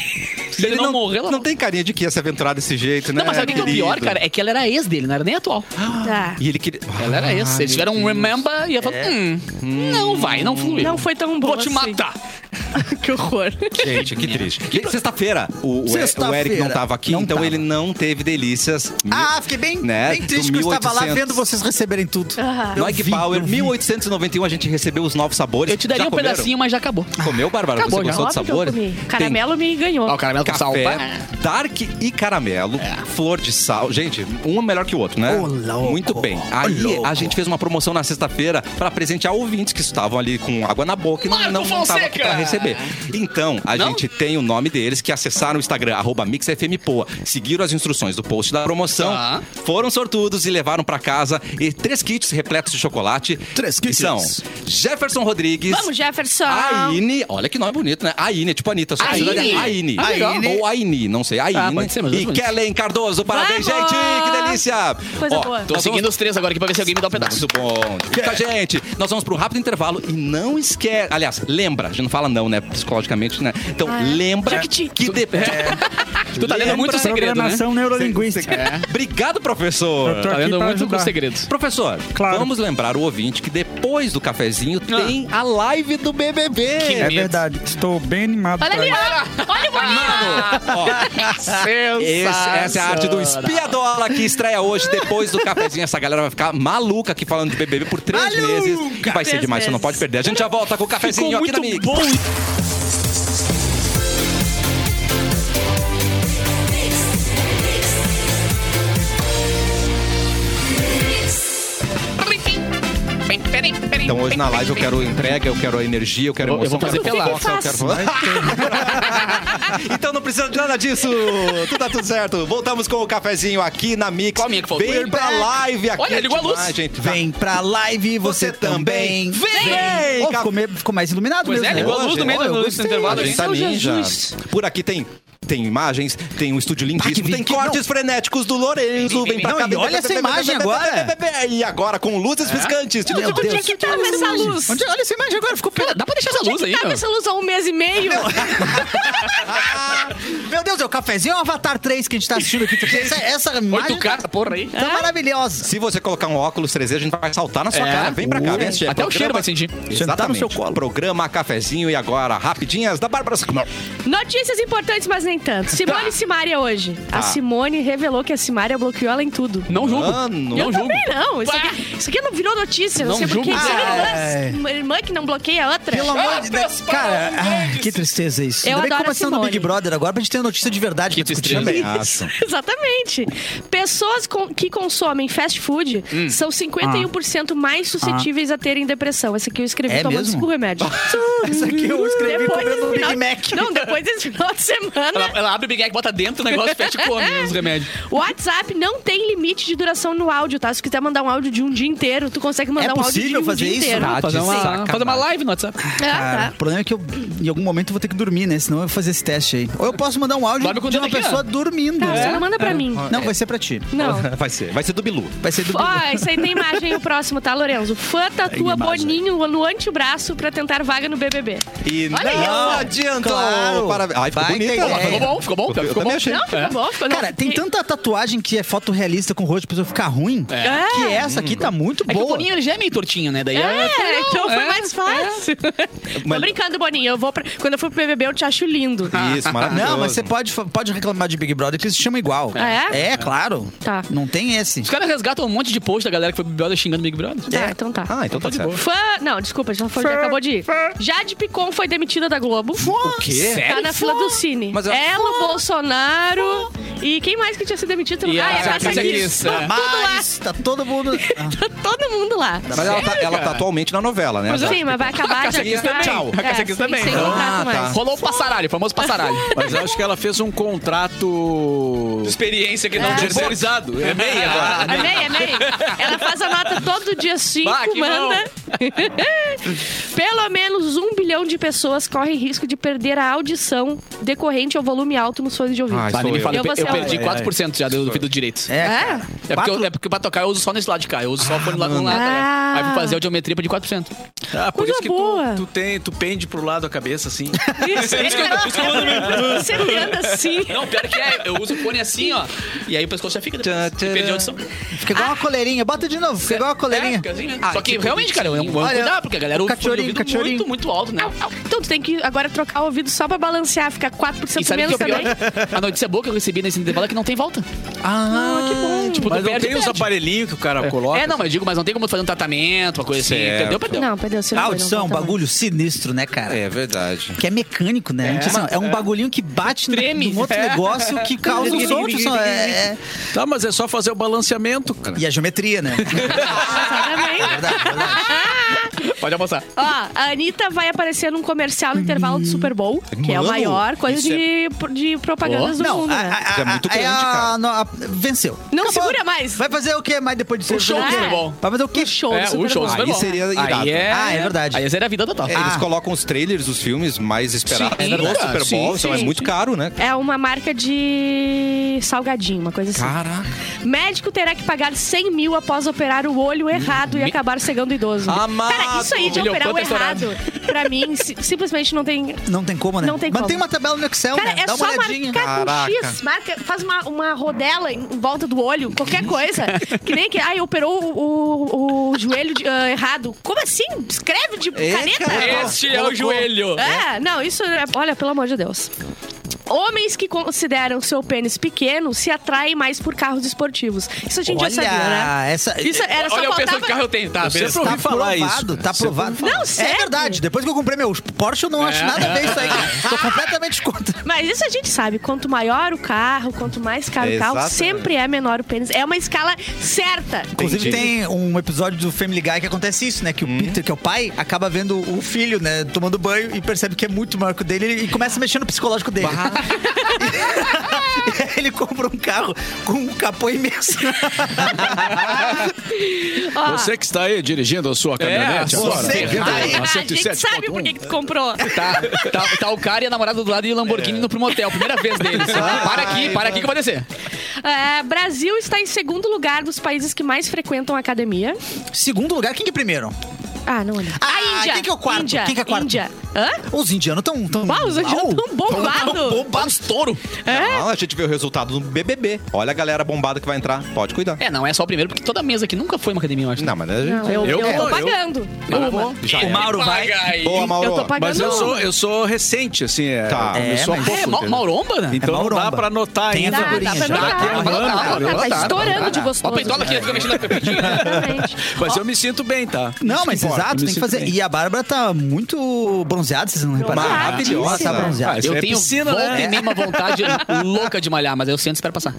Speaker 1: Se ele, não, morrer, ela
Speaker 2: não tem carinha de que ia se aventurar desse jeito, né?
Speaker 1: Não, mas sabe o que é o
Speaker 2: querido?
Speaker 1: pior, cara? É que ela era ex dele, não era nem atual. um
Speaker 3: Tá.
Speaker 2: E ele queria.
Speaker 1: Ela era ex. Eles tiveram um remember e ela
Speaker 2: É.
Speaker 1: falou: hum, não vai, não flui.
Speaker 3: Não foi tão bom
Speaker 1: Vou te
Speaker 3: assim.
Speaker 1: matar.
Speaker 3: que horror.
Speaker 2: Gente, que triste. E Sexta-feira, o, o-
Speaker 4: Sexta-feira.
Speaker 2: o Eric não tava aqui,
Speaker 4: Não
Speaker 2: então
Speaker 4: tava.
Speaker 2: ele não teve delícias.
Speaker 4: Ah, fiquei bem,
Speaker 2: Né,
Speaker 4: bem triste
Speaker 2: do
Speaker 4: que eu estava lá
Speaker 2: 1800.
Speaker 4: vendo vocês receberem tudo.
Speaker 3: Aham.
Speaker 4: Eu
Speaker 2: Noig
Speaker 4: vi,
Speaker 2: Power,
Speaker 4: eu vi.
Speaker 2: 1891, a gente recebeu os novos sabores.
Speaker 1: Eu te daria
Speaker 2: Já
Speaker 1: um
Speaker 2: comeram? Ah,
Speaker 1: pedacinho, mas já acabou.
Speaker 2: Comeu, Bárbara?
Speaker 1: Acabou
Speaker 2: Você
Speaker 1: já.
Speaker 2: gostou do
Speaker 3: Óbvio que eu
Speaker 2: sabor?
Speaker 3: comi.
Speaker 2: Tem
Speaker 3: Caramelo me ganhou.
Speaker 1: Ó, o caramelo com sal. tá? É.
Speaker 2: Café, É. dark e caramelo, flor de sal. Gente, um é melhor que o outro, né?
Speaker 4: Ô, louco.
Speaker 2: Muito bem.
Speaker 4: Ô,
Speaker 2: Aí
Speaker 4: louco.
Speaker 2: a gente fez uma promoção na sexta-feira para presentear ouvintes que estavam ali com água na boca e não-
Speaker 1: Marco
Speaker 2: não estavam
Speaker 1: Fonseca!
Speaker 2: para receber. Então, a
Speaker 1: Não?
Speaker 2: gente tem o nome deles que acessaram o Instagram, arroba MixFMPoa, seguiram as instruções do post da promoção,
Speaker 1: Tá.
Speaker 2: foram sortudos e levaram para casa e três kits repletos de chocolate.
Speaker 4: Três
Speaker 2: que
Speaker 4: kits.
Speaker 2: São Jefferson Rodrigues.
Speaker 3: Vamos, Jefferson.
Speaker 2: Aine, olha que nome bonito, né? Aine, é tipo Anitta. só que
Speaker 1: Aine.
Speaker 2: você olha- Aine.
Speaker 1: Ah, legal.
Speaker 2: Aine. Ou Aine, não sei. Aine.
Speaker 1: Ah, pode ser, mas
Speaker 2: e
Speaker 1: é bonito.
Speaker 2: Kellen Cardoso, parabéns,
Speaker 3: Vamos!
Speaker 2: gente! Que delícia!
Speaker 3: Coisa
Speaker 2: Ó, Tá
Speaker 3: boa.
Speaker 1: Tô Tá
Speaker 2: nós
Speaker 1: seguindo
Speaker 2: vamos-
Speaker 1: os três agora aqui pra ver se alguém me dá um pedaço.
Speaker 2: Muito bom. Fica, gente. Nós vamos para um rápido intervalo e não esquece... Aliás, lembra, a gente não fala não, né? Psicologicamente, né? Então,
Speaker 3: Ah, é.
Speaker 2: lembra
Speaker 3: Jequiti.
Speaker 2: que depende.
Speaker 1: Tu tá lendo muito segredo, né?
Speaker 7: Programação neurolinguística.
Speaker 2: Obrigado, professor.
Speaker 7: Eu tô
Speaker 1: Tá
Speaker 7: aqui
Speaker 1: lendo
Speaker 7: pra
Speaker 1: muito
Speaker 7: ajudar.
Speaker 1: com segredos.
Speaker 2: Professor,
Speaker 7: Claro.
Speaker 2: vamos lembrar o ouvinte que depois do cafezinho
Speaker 1: Ah.
Speaker 2: tem a live do BBB.
Speaker 7: É verdade. Estou bem animado.
Speaker 3: Olha
Speaker 7: pra
Speaker 3: ali,
Speaker 7: isso.
Speaker 3: ó. Olha o bolinho.
Speaker 2: Esse- essa é a arte do espiadola que estreia hoje depois do cafezinho. Essa galera vai ficar maluca aqui falando de BBB por três meses. E vai ser
Speaker 3: Três
Speaker 2: demais, você não
Speaker 3: meses.
Speaker 2: pode perder. A gente já volta com o cafezinho
Speaker 1: Ficou
Speaker 2: aqui na
Speaker 1: muito
Speaker 2: Mix.
Speaker 1: bom.
Speaker 2: Então hoje na live eu quero entrega, eu quero energia, eu quero
Speaker 1: Eu vou- eu
Speaker 2: emoção,
Speaker 1: vou fazer
Speaker 2: quero
Speaker 1: pelado.
Speaker 2: fofoca, eu quero então não precisa de nada disso. Tudo tá tudo certo. Voltamos com o cafezinho aqui na Mix.
Speaker 1: Qual a minha que faltou?
Speaker 2: Vem pra live aqui.
Speaker 1: Olha, ligou a luz.
Speaker 2: Ah, gente. Vem.
Speaker 1: Tá.
Speaker 4: Vem pra live você,
Speaker 2: Você também.
Speaker 4: também.
Speaker 2: Vem!
Speaker 4: Ó, ficou, meio- ficou mais iluminado
Speaker 1: Pois é,
Speaker 4: mesmo. né?
Speaker 1: ligou a
Speaker 2: Boa,
Speaker 1: luz no
Speaker 2: gente.
Speaker 1: meio
Speaker 4: Ó, eu
Speaker 1: do- do
Speaker 4: gostei.
Speaker 2: A
Speaker 1: intervalo. assim.
Speaker 2: gente tá
Speaker 1: Seu
Speaker 2: ninja.
Speaker 1: Jesus.
Speaker 2: Por aqui tem... Tem imagens, tem um estúdio lindíssimo,
Speaker 4: vi-
Speaker 2: tem
Speaker 4: que-
Speaker 2: cortes frenéticos do Lorenzo. Vem pra
Speaker 4: Não,
Speaker 2: cá,
Speaker 4: e
Speaker 2: vem-
Speaker 4: olha essa imagem agora. É?
Speaker 2: E agora com luzes piscantes.
Speaker 4: Meu
Speaker 3: Onde é
Speaker 4: Deus.
Speaker 3: que tava essa luz?
Speaker 4: Onde- olha essa imagem agora, ficou
Speaker 1: Cara, dá pra deixar essa luz
Speaker 3: Onde é
Speaker 1: é aí,
Speaker 3: que tava
Speaker 1: meu?
Speaker 3: essa luz há um mês e meio?
Speaker 4: Meu Deus, é o cafezinho ou Avatar 3 que a gente tá assistindo aqui? Essa, essa imagem
Speaker 1: 8K, essa porra aí.
Speaker 4: tá maravilhosa.
Speaker 2: Se você colocar um óculos 3D, a gente vai saltar na sua
Speaker 1: É.
Speaker 2: cara. Vem pra cá, vem assistir.
Speaker 1: Até o cheiro vai sentir.
Speaker 4: Sentar no
Speaker 2: Exatamente.
Speaker 4: seu colo.
Speaker 2: Programa Cafezinho e agora, rapidinhas da Bárbara Sacomel.
Speaker 3: Notícias importantes, mas nem tanto.
Speaker 1: Tá.
Speaker 3: Simone Simaria hoje. A Simone revelou que a Simaria bloqueou ela em tudo.
Speaker 1: Não julgo.
Speaker 2: Mano.
Speaker 1: Ah, Não
Speaker 3: eu
Speaker 1: julgo.
Speaker 3: também não. Isso
Speaker 1: Bah.
Speaker 3: aqui, é- isso aqui não virou notícia. Não,
Speaker 1: Não
Speaker 3: sei porquê.
Speaker 1: julgo.
Speaker 3: São
Speaker 4: Ai.
Speaker 3: irmãs. Uma irmã que não bloqueia a outra.
Speaker 4: Pelo amor
Speaker 1: meus
Speaker 4: de Deus. Cara,
Speaker 1: pais,
Speaker 4: ai,
Speaker 1: grandes.
Speaker 4: que tristeza isso.
Speaker 3: Eu
Speaker 4: Ainda bem que
Speaker 3: adoro a
Speaker 4: começando o Big
Speaker 3: Simone.
Speaker 4: Brother agora pra gente ter notícia de verdade.
Speaker 1: Que
Speaker 4: pra discutir
Speaker 1: tristeza.
Speaker 4: também.
Speaker 2: Ameaçam.
Speaker 3: Exatamente. Pessoas com- que consomem fast food
Speaker 4: Hum.
Speaker 3: são 51% mais suscetíveis a terem depressão. Essa aqui eu escrevi
Speaker 4: Ah. É
Speaker 3: tomando
Speaker 4: mesmo?
Speaker 3: cinco remédios.
Speaker 4: Isso aqui eu escrevi comendo um
Speaker 3: desse
Speaker 4: Big
Speaker 3: final-
Speaker 4: Mac.
Speaker 3: Não, tá, depois desse final de
Speaker 1: Ela,
Speaker 3: semana,
Speaker 1: ela abre o Big Mac, bota dentro o negócio, fecha e come os remédios.
Speaker 3: o WhatsApp não tem limite de duração no áudio, tá? Se quiser mandar um áudio de um dia inteiro, tu consegue mandar
Speaker 4: É
Speaker 3: um áudio de
Speaker 4: possível
Speaker 3: um
Speaker 4: fazer
Speaker 3: dia
Speaker 4: isso?
Speaker 3: inteiro.
Speaker 4: Tá
Speaker 1: Fazer
Speaker 4: de
Speaker 1: uma,
Speaker 4: sacanagem.
Speaker 1: fazer uma live no WhatsApp.
Speaker 3: Ah,
Speaker 4: Cara,
Speaker 3: tá.
Speaker 4: o problema é que eu, em algum momento, eu vou ter que dormir, né? Senão eu vou fazer esse teste aí. Ou eu posso mandar um áudio
Speaker 1: Dorme com o
Speaker 4: de
Speaker 1: dedo
Speaker 4: uma
Speaker 1: aqui, ó.
Speaker 4: pessoa dormindo.
Speaker 3: Tá, você não manda pra mim.
Speaker 4: é? Não, vai ser pra ti.
Speaker 3: Não.
Speaker 2: Vai ser, vai ser do Bilu.
Speaker 4: Vai ser do
Speaker 3: Ó, isso aí tem imagem o próximo, tá, Lorenzo? Fã tatua Boninho no antebraço pra tentar vaga no BBB.
Speaker 2: E
Speaker 3: Olha isso.
Speaker 2: adiantou.
Speaker 4: Claro.
Speaker 2: Para... Ai, ficou
Speaker 4: Vai
Speaker 2: bonito.
Speaker 4: ter
Speaker 2: hein?
Speaker 4: ideia.
Speaker 1: Ficou bom, ficou bom,
Speaker 2: Eu
Speaker 1: ficou
Speaker 2: também
Speaker 1: bom.
Speaker 2: achei.
Speaker 3: Não, ficou
Speaker 1: É.
Speaker 3: Tá bom. Ficou
Speaker 4: Cara, tem tanta tatuagem que é foto realista com o rosto pra pessoa ficar ruim,
Speaker 3: É.
Speaker 4: que essa aqui tá muito
Speaker 1: É que o
Speaker 4: boa.
Speaker 1: Boninho ele já é meio tortinho, né? Daí ela-
Speaker 3: É, então foi
Speaker 1: é,
Speaker 3: mais fácil. Tô
Speaker 2: Mas- Ah.
Speaker 3: brincando, Boninho. Eu vou pra- Quando eu for pro BBB, eu te acho lindo.
Speaker 2: Isso, Tá maravilhoso.
Speaker 4: Não, mas você pode, pode reclamar de Big Brother que eles se chamam igual.
Speaker 3: Ah, é?
Speaker 4: É, claro.
Speaker 3: Tá.
Speaker 4: Não tem esse.
Speaker 1: Os caras resgatam um monte de post da galera que foi pro Big Brother xingando o Big Brother.
Speaker 3: Tá, então tá.
Speaker 2: Ah, então tá de boa.
Speaker 3: Fã... Não, desculpa, já, foi, já acabou de ir. Jade Picon foi demitida da Globo.
Speaker 2: O quê?
Speaker 3: Tá na fila do Cine.
Speaker 2: Mas ela-
Speaker 3: Ela, o Bolsonaro e quem mais que tinha sido demitido?
Speaker 1: E
Speaker 3: ah,
Speaker 1: a
Speaker 3: é a
Speaker 1: Patrícia
Speaker 3: Patrícia
Speaker 1: Kiss, é.
Speaker 3: Tudo lá.
Speaker 4: Mas tá todo mundo. Ah,
Speaker 3: Tá todo mundo lá.
Speaker 2: Mas ela tá, ela tá atualmente na novela, né?
Speaker 3: Sim, mas vai acabar já.
Speaker 1: Kiss
Speaker 3: vai-
Speaker 1: também. Tchau. A Cássia Kiss
Speaker 3: sem-
Speaker 1: também.
Speaker 3: Sem
Speaker 1: Ah,
Speaker 3: contrato
Speaker 2: tá.
Speaker 3: mais.
Speaker 1: Rolou o passaralho, o famoso passaralho.
Speaker 5: Mas eu acho que ela fez um contrato
Speaker 1: Experiência que não é.
Speaker 5: terceirizado. É meia
Speaker 3: Tá
Speaker 5: agora.
Speaker 3: Amei, amei. Ela faz a nota todo dia 5,
Speaker 1: Bah, que
Speaker 3: manda. Pelo menos um bilhão de pessoas correm risco de perder a audição decorrente ao volume alto nos fones de ouvido.
Speaker 2: Ai,
Speaker 1: Bah, nem me fala, eu,
Speaker 3: Eu vou
Speaker 1: pe- eu
Speaker 3: ser
Speaker 1: perdi
Speaker 3: a-
Speaker 1: 4% já do ouvido direito.
Speaker 4: É.
Speaker 3: É?
Speaker 1: É porque, eu,
Speaker 4: Quatro?
Speaker 1: é porque pra tocar eu uso só nesse lado de cá, eu uso só o fone lá no lado. é.
Speaker 3: Ah.
Speaker 1: Aí vou fazer a audiometria pra de 4%.
Speaker 5: Ah, por
Speaker 3: Coisa
Speaker 5: isso que
Speaker 3: boa.
Speaker 5: tu, tu, tem, tu pende pro lado a cabeça, assim.
Speaker 3: Isso, é, cara. Você me anda assim.
Speaker 1: Não, pior que é, eu uso o fone assim, ó. E aí o pescoço já fica depois.
Speaker 2: Tchan,
Speaker 1: E
Speaker 2: tchan.
Speaker 1: perdi a audição.
Speaker 4: Fica igual uma coleirinha. Bota de novo. Fica igual uma
Speaker 1: É,
Speaker 4: coleirinha.
Speaker 1: fica assim, né? Só que realmente, cara, é um, é um cuidado, porque a galera
Speaker 4: tipo, o
Speaker 1: usa o fone de
Speaker 4: cachorrinho,
Speaker 1: ouvido
Speaker 4: cachorrinho.
Speaker 1: muito, muito alto, né?
Speaker 3: Então tu tem que agora trocar o ouvido só pra balancear, ficar 4%
Speaker 1: E sabe o
Speaker 3: menos
Speaker 1: que é o
Speaker 3: também.
Speaker 1: pior? A notícia boa que eu recebi nesse intervalo é que não tem volta.
Speaker 4: Ah,
Speaker 1: que bom. Tipo,
Speaker 5: mas
Speaker 1: tu
Speaker 5: não
Speaker 1: perde,
Speaker 5: tem os
Speaker 1: perde.
Speaker 5: aparelhinhos que o cara coloca.
Speaker 1: É, não, mas eu digo, mas não tem como tu fazer um tratamento, uma coisa assim.
Speaker 2: Certo.
Speaker 1: Perdeu, perdeu.
Speaker 3: Não, perdeu. Você não
Speaker 5: Tá
Speaker 3: foi,
Speaker 4: audição, é
Speaker 3: não
Speaker 4: um
Speaker 3: volta
Speaker 4: bagulho sinistro, né, cara?
Speaker 2: É verdade.
Speaker 4: Que é mecânico, né? Tipo assim, ó, É, um bagulhinho que bate no-
Speaker 1: Treme.
Speaker 4: num outro negócio que causa um som. tipo assim, ó, é- é-
Speaker 5: Tá, mas é só fazer o balanceamento, cara.
Speaker 4: E a geometria, né?
Speaker 3: mais. Exatamente.
Speaker 4: Verdade, verdade.
Speaker 1: Pode almoçar.
Speaker 3: Ó, a Anitta vai aparecer num comercial no intervalo do Super Bowl, que é o
Speaker 2: Mano,
Speaker 3: maior coisa
Speaker 2: isso
Speaker 3: de, de propagandas do
Speaker 4: Não,
Speaker 3: mundo,
Speaker 4: a,
Speaker 3: né?
Speaker 4: a-
Speaker 2: Isso é
Speaker 4: a-
Speaker 2: muito
Speaker 4: a-
Speaker 2: grande,
Speaker 4: a-
Speaker 2: cara.
Speaker 4: no- a- ah, venceu.
Speaker 3: Não segura mais.
Speaker 4: Vai fazer o quê mais depois de ser
Speaker 1: show
Speaker 3: do Super
Speaker 1: Bowl.
Speaker 4: Vai fazer o quê?
Speaker 3: O show
Speaker 1: É,
Speaker 3: do
Speaker 1: o
Speaker 3: Super
Speaker 1: show
Speaker 3: Bowl.
Speaker 1: do Super Bowl.
Speaker 2: Aí seria irado.
Speaker 1: Aí é...
Speaker 4: Ah, é verdade.
Speaker 1: Aí seria a vida total.
Speaker 2: Eles
Speaker 4: Ah.
Speaker 2: colocam os trailers dos filmes mais esperados
Speaker 1: Sim,
Speaker 2: no
Speaker 1: cara,
Speaker 2: Super Bowl,
Speaker 1: sim,
Speaker 2: então é
Speaker 3: sim.
Speaker 2: muito caro, né?
Speaker 3: É uma marca de salgadinho, uma coisa assim.
Speaker 2: Caraca.
Speaker 3: Médico terá que pagar 100 mil após operar o olho errado e acabar cegando o idoso.
Speaker 2: Amado!
Speaker 3: Cara,
Speaker 2: estourado.
Speaker 3: Isso aí de
Speaker 1: Milhão
Speaker 3: operar o
Speaker 1: Panta estourado.
Speaker 3: errado, pra mim, si- simplesmente não tem.
Speaker 4: Não tem como, né?
Speaker 3: Não tem
Speaker 4: Mantém
Speaker 3: como.
Speaker 4: uma tabela no Excel,
Speaker 3: Cara,
Speaker 4: né?
Speaker 3: é
Speaker 4: Dá uma
Speaker 3: só
Speaker 4: olhadinha.
Speaker 3: marcar com
Speaker 2: Caraca.
Speaker 3: X, marca, faz uma, uma rodela em volta do olho, qualquer coisa. que nem que. Ai, operou o, o- o joelho de- ah, errado. Como assim? Escreve de
Speaker 4: É,
Speaker 3: caneta?
Speaker 4: cara.
Speaker 1: Este é o joelho.
Speaker 3: É, não, isso é. Olha, pelo amor de Deus. Homens que consideram seu pênis pequeno se atraem mais por carros esportivos. Isso a gente já sabia, né?
Speaker 4: essa...
Speaker 3: Isso era só
Speaker 1: Olha o peso
Speaker 3: faltava...
Speaker 1: de carro eu tenho, tá?
Speaker 5: Eu sempre
Speaker 1: beleza.
Speaker 5: ouvi
Speaker 4: Tá
Speaker 5: falar
Speaker 4: provado,
Speaker 5: isso.
Speaker 4: tá provado.
Speaker 3: Não,
Speaker 4: É
Speaker 3: sério?
Speaker 4: verdade. Depois que eu comprei meu Porsche, eu não
Speaker 2: É,
Speaker 4: acho nada a ver isso aí. Tô completamente contra.
Speaker 3: Mas isso a gente sabe. Quanto maior o carro, quanto mais caro o carro,
Speaker 2: Exatamente.
Speaker 3: sempre é menor o pênis. É uma escala certa.
Speaker 4: Inclusive tem um episódio do Family Guy que acontece isso, né? Que o Peter, que é o pai, acaba vendo o filho, né, tomando banho e percebe que é muito maior que o dele e começa a mexer no psicológico dele. E aí ele compra um carro com um capô imenso.
Speaker 3: Ó,
Speaker 5: Você que está aí dirigindo a sua caminhonete
Speaker 1: a sua
Speaker 5: agora.
Speaker 4: Ferrari.
Speaker 5: ouvindo
Speaker 3: tá Ah, a gente sabe
Speaker 4: um?
Speaker 3: por que
Speaker 5: 107.1.
Speaker 3: que tu comprou.
Speaker 1: Tá, tá, tá o cara e a namorada do lado e o Lamborghini no motel. Primeira vez deles.
Speaker 4: Ah,
Speaker 1: Para aqui, para aqui que eu vou descer.
Speaker 3: É, Brasil está em segundo lugar dos países que mais frequentam a academia.
Speaker 4: Segundo lugar, quem que é primeiro?
Speaker 3: Ah, não olha.
Speaker 4: Ah,
Speaker 3: a Índia.
Speaker 4: quem que é o quarto?
Speaker 3: Índia.
Speaker 4: Quem que é quarto?
Speaker 3: Índia. Hã?
Speaker 4: Os indianos estão tão
Speaker 3: Uau, os indianos
Speaker 4: mal?
Speaker 3: tão bombados.
Speaker 4: bombados.
Speaker 1: Estouro.
Speaker 2: Não, Ah, a gente vê o resultado do BBB. Olha a galera bombada que vai entrar. Pode cuidar.
Speaker 1: É, não é só o primeiro, porque toda mesa aqui nunca foi uma academia, eu acho.
Speaker 2: Não, mas é- a gente...
Speaker 3: Não, eu, eu,
Speaker 5: Eu
Speaker 3: tô
Speaker 5: vou, eu-
Speaker 3: pagando.
Speaker 5: Eu
Speaker 3: Uma.
Speaker 5: vou.
Speaker 4: é.
Speaker 1: Já o Mauro vai.
Speaker 2: Boa, Mauro.
Speaker 3: Eu tô tá pagando
Speaker 5: Mas eu
Speaker 3: uma.
Speaker 5: sou, eu sou recente, assim. É,
Speaker 2: Tá.
Speaker 5: Eu sou
Speaker 4: É,
Speaker 5: há
Speaker 4: mas-
Speaker 5: pouco,
Speaker 1: É, Ma-
Speaker 5: entendeu?
Speaker 1: Mauromba, né?
Speaker 5: Então
Speaker 4: Mauromba.
Speaker 5: dá pra anotar
Speaker 4: Tem a
Speaker 5: ainda.
Speaker 3: Dá, dá pra
Speaker 4: figurinha, já.
Speaker 2: tá
Speaker 3: notar.
Speaker 5: Daqui a
Speaker 3: Dá
Speaker 5: um
Speaker 3: pra
Speaker 5: ano,
Speaker 3: notar,
Speaker 5: eu
Speaker 3: Tá
Speaker 5: anotar,
Speaker 3: estourando de
Speaker 1: Ó,
Speaker 3: gostoso.
Speaker 1: peitola aqui, fica mexendo na pepinha.
Speaker 3: Exatamente.
Speaker 5: Mas eu me sinto bem, tá?
Speaker 4: Não, mas
Speaker 5: Isso importa, eu me
Speaker 4: exato, tem que
Speaker 5: sinto
Speaker 4: fazer.
Speaker 5: bem.
Speaker 4: E a Bárbara tá muito bronzeada, vocês não repararam?
Speaker 2: Maravilhosa.
Speaker 4: Tá bronzeada.
Speaker 5: Ah, isso
Speaker 1: Eu
Speaker 5: é
Speaker 1: tenho
Speaker 5: piscina,
Speaker 1: volta
Speaker 5: né?
Speaker 1: e meia uma vontade louca de malhar, mas eu sento e espero passar.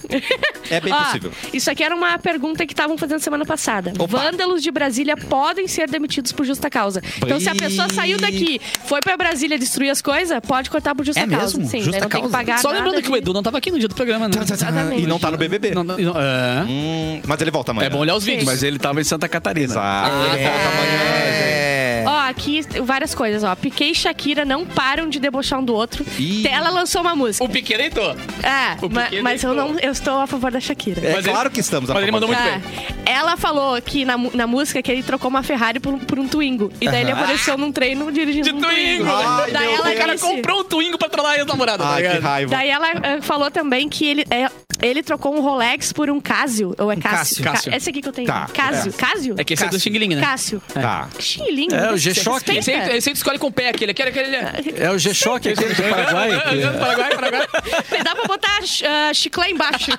Speaker 2: É bem
Speaker 3: Ó,
Speaker 2: possível.
Speaker 3: Isso aqui era uma pergunta que estavam fazendo semana passada. Vândalos de Brasília podem ser demitidos por justa causa. Então, se a pessoa saiu daqui, foi pra Brasília destruir as coisas, pode cortar por justa
Speaker 4: É
Speaker 3: causa.
Speaker 4: mesmo?
Speaker 3: Sim,
Speaker 4: Justa
Speaker 3: daí não tem que
Speaker 4: causa.
Speaker 3: pagar
Speaker 1: Só
Speaker 3: nada
Speaker 1: lembrando que
Speaker 3: de-
Speaker 1: o Edu não tava aqui no dia do programa, né?
Speaker 3: Exatamente.
Speaker 2: E não tá no BBB.
Speaker 1: Não- não- não- é.
Speaker 2: Hum, mas ele volta amanhã.
Speaker 1: É bom olhar os vídeos.
Speaker 5: Mas ele tava em Santa Catarina.
Speaker 2: Exato. Ele volta amanhã. gente.
Speaker 4: É.
Speaker 3: Ó, aqui várias coisas, ó. Piquet e Shakira não param de debochar um do outro.
Speaker 2: Ih.
Speaker 3: Ela lançou uma música.
Speaker 1: O pequeno entrou.
Speaker 3: É,
Speaker 1: o
Speaker 3: ma-
Speaker 1: Piquet
Speaker 3: mas eu
Speaker 1: deitou.
Speaker 3: não, eu estou a favor da Shakira.
Speaker 2: É
Speaker 1: Mas ele-
Speaker 2: claro que estamos. a
Speaker 1: mas ele
Speaker 2: favor.
Speaker 1: mandou muito
Speaker 3: É.
Speaker 1: bem.
Speaker 3: Ela falou que na, mu- na música que ele trocou uma Ferrari por, um- por um Twingo. E daí ele apareceu num treino dirigindo
Speaker 1: De
Speaker 3: um Twingo.
Speaker 1: Twingo!
Speaker 2: Ai,
Speaker 3: daí,
Speaker 2: meu
Speaker 3: ela
Speaker 1: o cara
Speaker 3: disse-
Speaker 1: comprou um Twingo pra trollar a ex-namorada, tá
Speaker 2: Ai, que
Speaker 1: ligado?
Speaker 2: raiva.
Speaker 3: daí ela eh, falou também que ele, é, ele trocou um Rolex por um Casio. Ou é Cássio?
Speaker 1: Cássio.
Speaker 3: Ca-
Speaker 1: Cássio.
Speaker 3: Esse aqui que eu tenho.
Speaker 2: Tá.
Speaker 3: Casio. Casio?
Speaker 1: É que esse é do Xing Ling, né?
Speaker 3: Cássio.
Speaker 2: Tá.
Speaker 3: Que Xing-ling.
Speaker 5: É, o G-Shock.
Speaker 3: Respeita.
Speaker 1: Esse aí, esse aí tu escolhe com o pé aquele, aquele, aquele. aquele-
Speaker 5: É o G-Shock aquele do Paraguai. que-
Speaker 1: Paraguai, Paraguai.
Speaker 3: Dá pra botar ah, chiclé embaixo.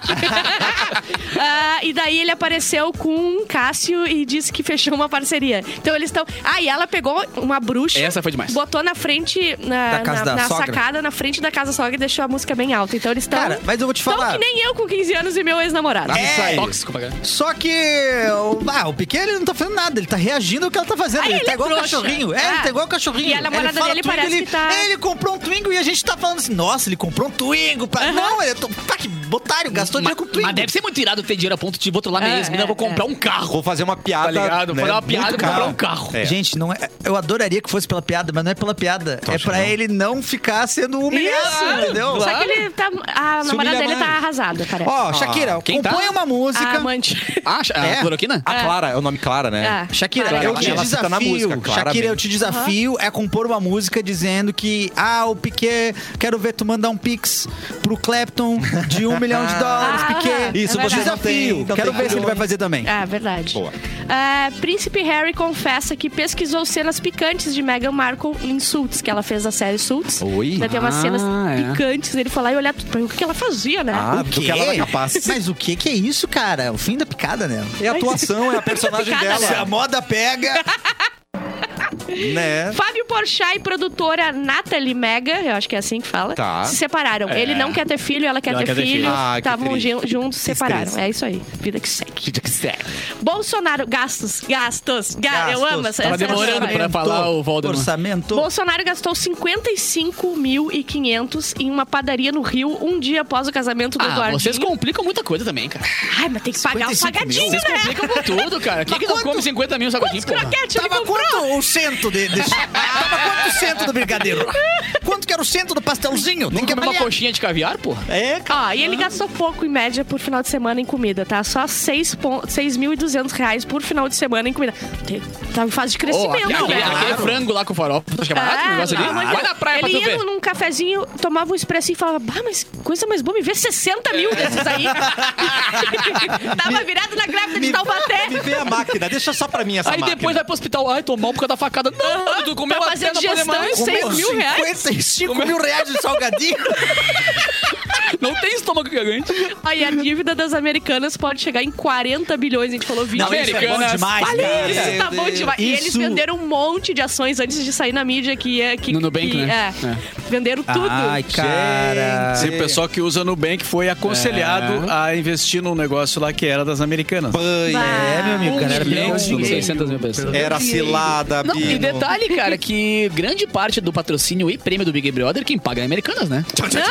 Speaker 3: Ah, e daí ele apareceu com um Cássio e disse que fechou uma parceria. Então eles estão. Ah, e ela pegou uma bruxa.
Speaker 1: Essa foi demais.
Speaker 3: Botou na frente, na,
Speaker 4: Da casa
Speaker 3: na-
Speaker 4: da
Speaker 3: na
Speaker 4: sogra.
Speaker 3: sacada, na frente da casa sogra e deixou a música bem alta. Então eles estão.
Speaker 4: Cara, mas eu vou te falar. É,
Speaker 3: que nem eu com 15 anos e meu ex-namorado.
Speaker 2: Isso aí.
Speaker 1: É Tóxico pra caralho.
Speaker 4: Só que o- ah, o Piquet ele não tá fazendo nada, ele tá reagindo ao que ela tá fazendo.
Speaker 3: Aí
Speaker 4: ele,
Speaker 3: ele
Speaker 4: tá
Speaker 3: é
Speaker 4: igual o
Speaker 3: trouxa.
Speaker 4: cachorrinho. É,
Speaker 3: Ah.
Speaker 4: ele tá igual o cachorrinho.
Speaker 3: E a namorada
Speaker 4: ele fala
Speaker 3: dele
Speaker 4: Twingo,
Speaker 3: parece
Speaker 4: ele,
Speaker 3: que tá-
Speaker 4: "É, Ele comprou um Twingo e a gente tá falando assim, nossa, ele comprou um Twingo. Pá, Não, ele é to- pá, que otário, gastou
Speaker 1: Mas,
Speaker 4: dinheiro com Twingo.
Speaker 1: mas deve ser muito irado ter dinheiro a ponto de botar lá
Speaker 3: É,
Speaker 1: na ex, menina, eu vou
Speaker 3: é,
Speaker 1: comprar um carro.
Speaker 2: Vou fazer uma
Speaker 1: Tá
Speaker 2: piada.
Speaker 1: ligado? Vou
Speaker 2: né?
Speaker 1: dar uma
Speaker 2: Muito
Speaker 1: piada e
Speaker 2: cara.
Speaker 1: comprar um carro.
Speaker 2: É.
Speaker 4: Gente, não é, eu adoraria que fosse pela piada, mas não é pela piada. é
Speaker 2: achando
Speaker 4: pra
Speaker 2: não?
Speaker 4: ele não ficar sendo humilhado, entendeu?
Speaker 3: Só que ele tá. A
Speaker 4: Se
Speaker 3: namorada
Speaker 4: humilha
Speaker 3: dele tá
Speaker 4: mais.
Speaker 3: arrasada, parece.
Speaker 4: Ó, Shakira,
Speaker 1: quem tá?
Speaker 4: compõe uma música.
Speaker 3: a amante.
Speaker 1: Acha? né?
Speaker 4: É.
Speaker 1: A cloroquina?
Speaker 2: A Clara, é o nome Clara, né?
Speaker 3: Ah,
Speaker 4: Shakira,
Speaker 3: Clara,
Speaker 4: eu
Speaker 2: ela-
Speaker 4: te
Speaker 2: ela cita
Speaker 4: desafio.
Speaker 2: na música,
Speaker 4: Shakira,
Speaker 2: claramente.
Speaker 4: eu te desafio é compor uma música dizendo que, ah, o Piquet, quero ver tu mandar um pix pro Clapton de um milhão de dólares,
Speaker 3: Ah,
Speaker 4: Piquet.
Speaker 2: Isso
Speaker 4: Te
Speaker 3: é
Speaker 2: você não
Speaker 4: desafio.
Speaker 2: tem. não
Speaker 4: quero
Speaker 2: tem
Speaker 4: ver se ele
Speaker 2: como.
Speaker 4: vai fazer também.
Speaker 3: Ah, verdade.
Speaker 2: Boa.
Speaker 3: Ah, Príncipe Harry confessa que pesquisou cenas picantes de Meghan Markle em Suits, que ela fez a série Suits.
Speaker 2: Oi.
Speaker 3: Vai ter umas cenas
Speaker 1: Ah, é.
Speaker 3: picantes dele falar e olhar tudo pra ver o que ela fazia, né?
Speaker 2: Ah,
Speaker 4: O
Speaker 2: do que ela
Speaker 4: quê?
Speaker 2: era capaz.
Speaker 4: Mas o que que é isso, cara? O fim da picada, né?
Speaker 2: É a atuação, é a personagem
Speaker 3: Picada,
Speaker 4: Se
Speaker 2: dela.
Speaker 4: a moda pega...
Speaker 2: Né?
Speaker 3: Fábio Porchat e produtora Natalie Mega, eu acho que é assim que fala,
Speaker 2: Tá.
Speaker 3: se separaram. Ele não quer ter filho, ela quer
Speaker 1: Ela
Speaker 3: ter
Speaker 1: quer ter
Speaker 3: filho.
Speaker 1: filho.
Speaker 2: Ah, que
Speaker 3: Estavam
Speaker 2: triste.
Speaker 3: ju- juntos, separaram. É isso aí. Vida que segue. Bolsonaro, gastos, gastos, ga-
Speaker 2: Ah,
Speaker 3: Eu
Speaker 4: Gastos.
Speaker 3: amo essa
Speaker 1: Tava
Speaker 3: essa-
Speaker 1: demorando
Speaker 3: essa-
Speaker 1: pra falar o Voldemort.
Speaker 4: Orçamento.
Speaker 3: Bolsonaro gastou 55.500 em uma padaria no Rio um dia após o casamento do
Speaker 1: Ah,
Speaker 3: Eduardo.
Speaker 1: vocês complicam muita coisa também, cara.
Speaker 3: Ai, mas tem que pagar o
Speaker 4: 55
Speaker 3: salgadinho,
Speaker 1: Vocês
Speaker 3: né?
Speaker 1: complicam com tudo, cara. Quem
Speaker 4: Mas
Speaker 1: que não
Speaker 4: quanto-
Speaker 1: come 50 mil
Speaker 3: Quantos
Speaker 1: salgadinhos, porra?
Speaker 3: croquetes ele
Speaker 4: Tava
Speaker 3: comprou?
Speaker 4: quanto o cento de... de... Tava quanto cento do brigadeiro? Quanto que era o cento do pastelzinho? Tem que
Speaker 1: Comer uma
Speaker 4: avaliar.
Speaker 1: coxinha de caviar, porra?
Speaker 4: É,
Speaker 3: Ó, e ele gastou pouco em média por final de semana em comida, tá? Só seis pon- 6.200 reais por final de semana em comida. Tem- Tá em fase de
Speaker 1: Ô,
Speaker 3: crescimento,
Speaker 1: aquele,
Speaker 3: né?
Speaker 1: aquele frango lá com farofa. Acho que é barato o
Speaker 3: É,
Speaker 1: negócio
Speaker 3: não,
Speaker 1: ali.
Speaker 3: mas
Speaker 1: Vai na praia pra
Speaker 3: ele
Speaker 1: tu ver.
Speaker 3: ia num cafezinho, tomava um expresso e falava, bah, mas coisa mais boa, me vê 60 mil desses aí. Tava virado na grávida de Taubaté.
Speaker 2: Me vê a máquina, deixa só pra mim essa
Speaker 1: Aí
Speaker 2: máquina.
Speaker 4: né?
Speaker 1: depois vai pro hospital. Ai, tô mal por causa da facada. Não, tu comeu
Speaker 3: Tá
Speaker 1: até
Speaker 3: fazendo
Speaker 1: não poder
Speaker 3: gestão
Speaker 1: mais.
Speaker 3: e seis
Speaker 1: Comeu.
Speaker 3: mil reais?
Speaker 4: 55 mil reais de salgadinho.
Speaker 1: Não tem estômago gigante.
Speaker 3: Aí a dívida das americanas pode chegar em 40 bilhões, a gente falou 20
Speaker 4: Não, isso é bom
Speaker 1: Americanas.
Speaker 4: demais, cara.
Speaker 3: Isso tá bom demais. E eles
Speaker 4: Isso-
Speaker 3: venderam um monte de ações antes de sair na mídia que é. Que,
Speaker 1: No Nubank,
Speaker 3: que-
Speaker 1: né?
Speaker 3: É. Venderam tudo.
Speaker 4: Ai, cara.
Speaker 5: Sim, o pessoal que usa Nubank foi aconselhado a investir num negócio lá que era das americanas.
Speaker 4: É, meu amigo, galera, pelo amor de
Speaker 1: Milhões Um e
Speaker 4: Deus.
Speaker 1: 600 mil pessoas.
Speaker 2: É,
Speaker 4: É,
Speaker 2: Era cilada,
Speaker 1: Não, e
Speaker 2: Bino.
Speaker 1: detalhe, cara, que grande parte do patrocínio e prêmio do Big Brother, quem paga é Americanas, né?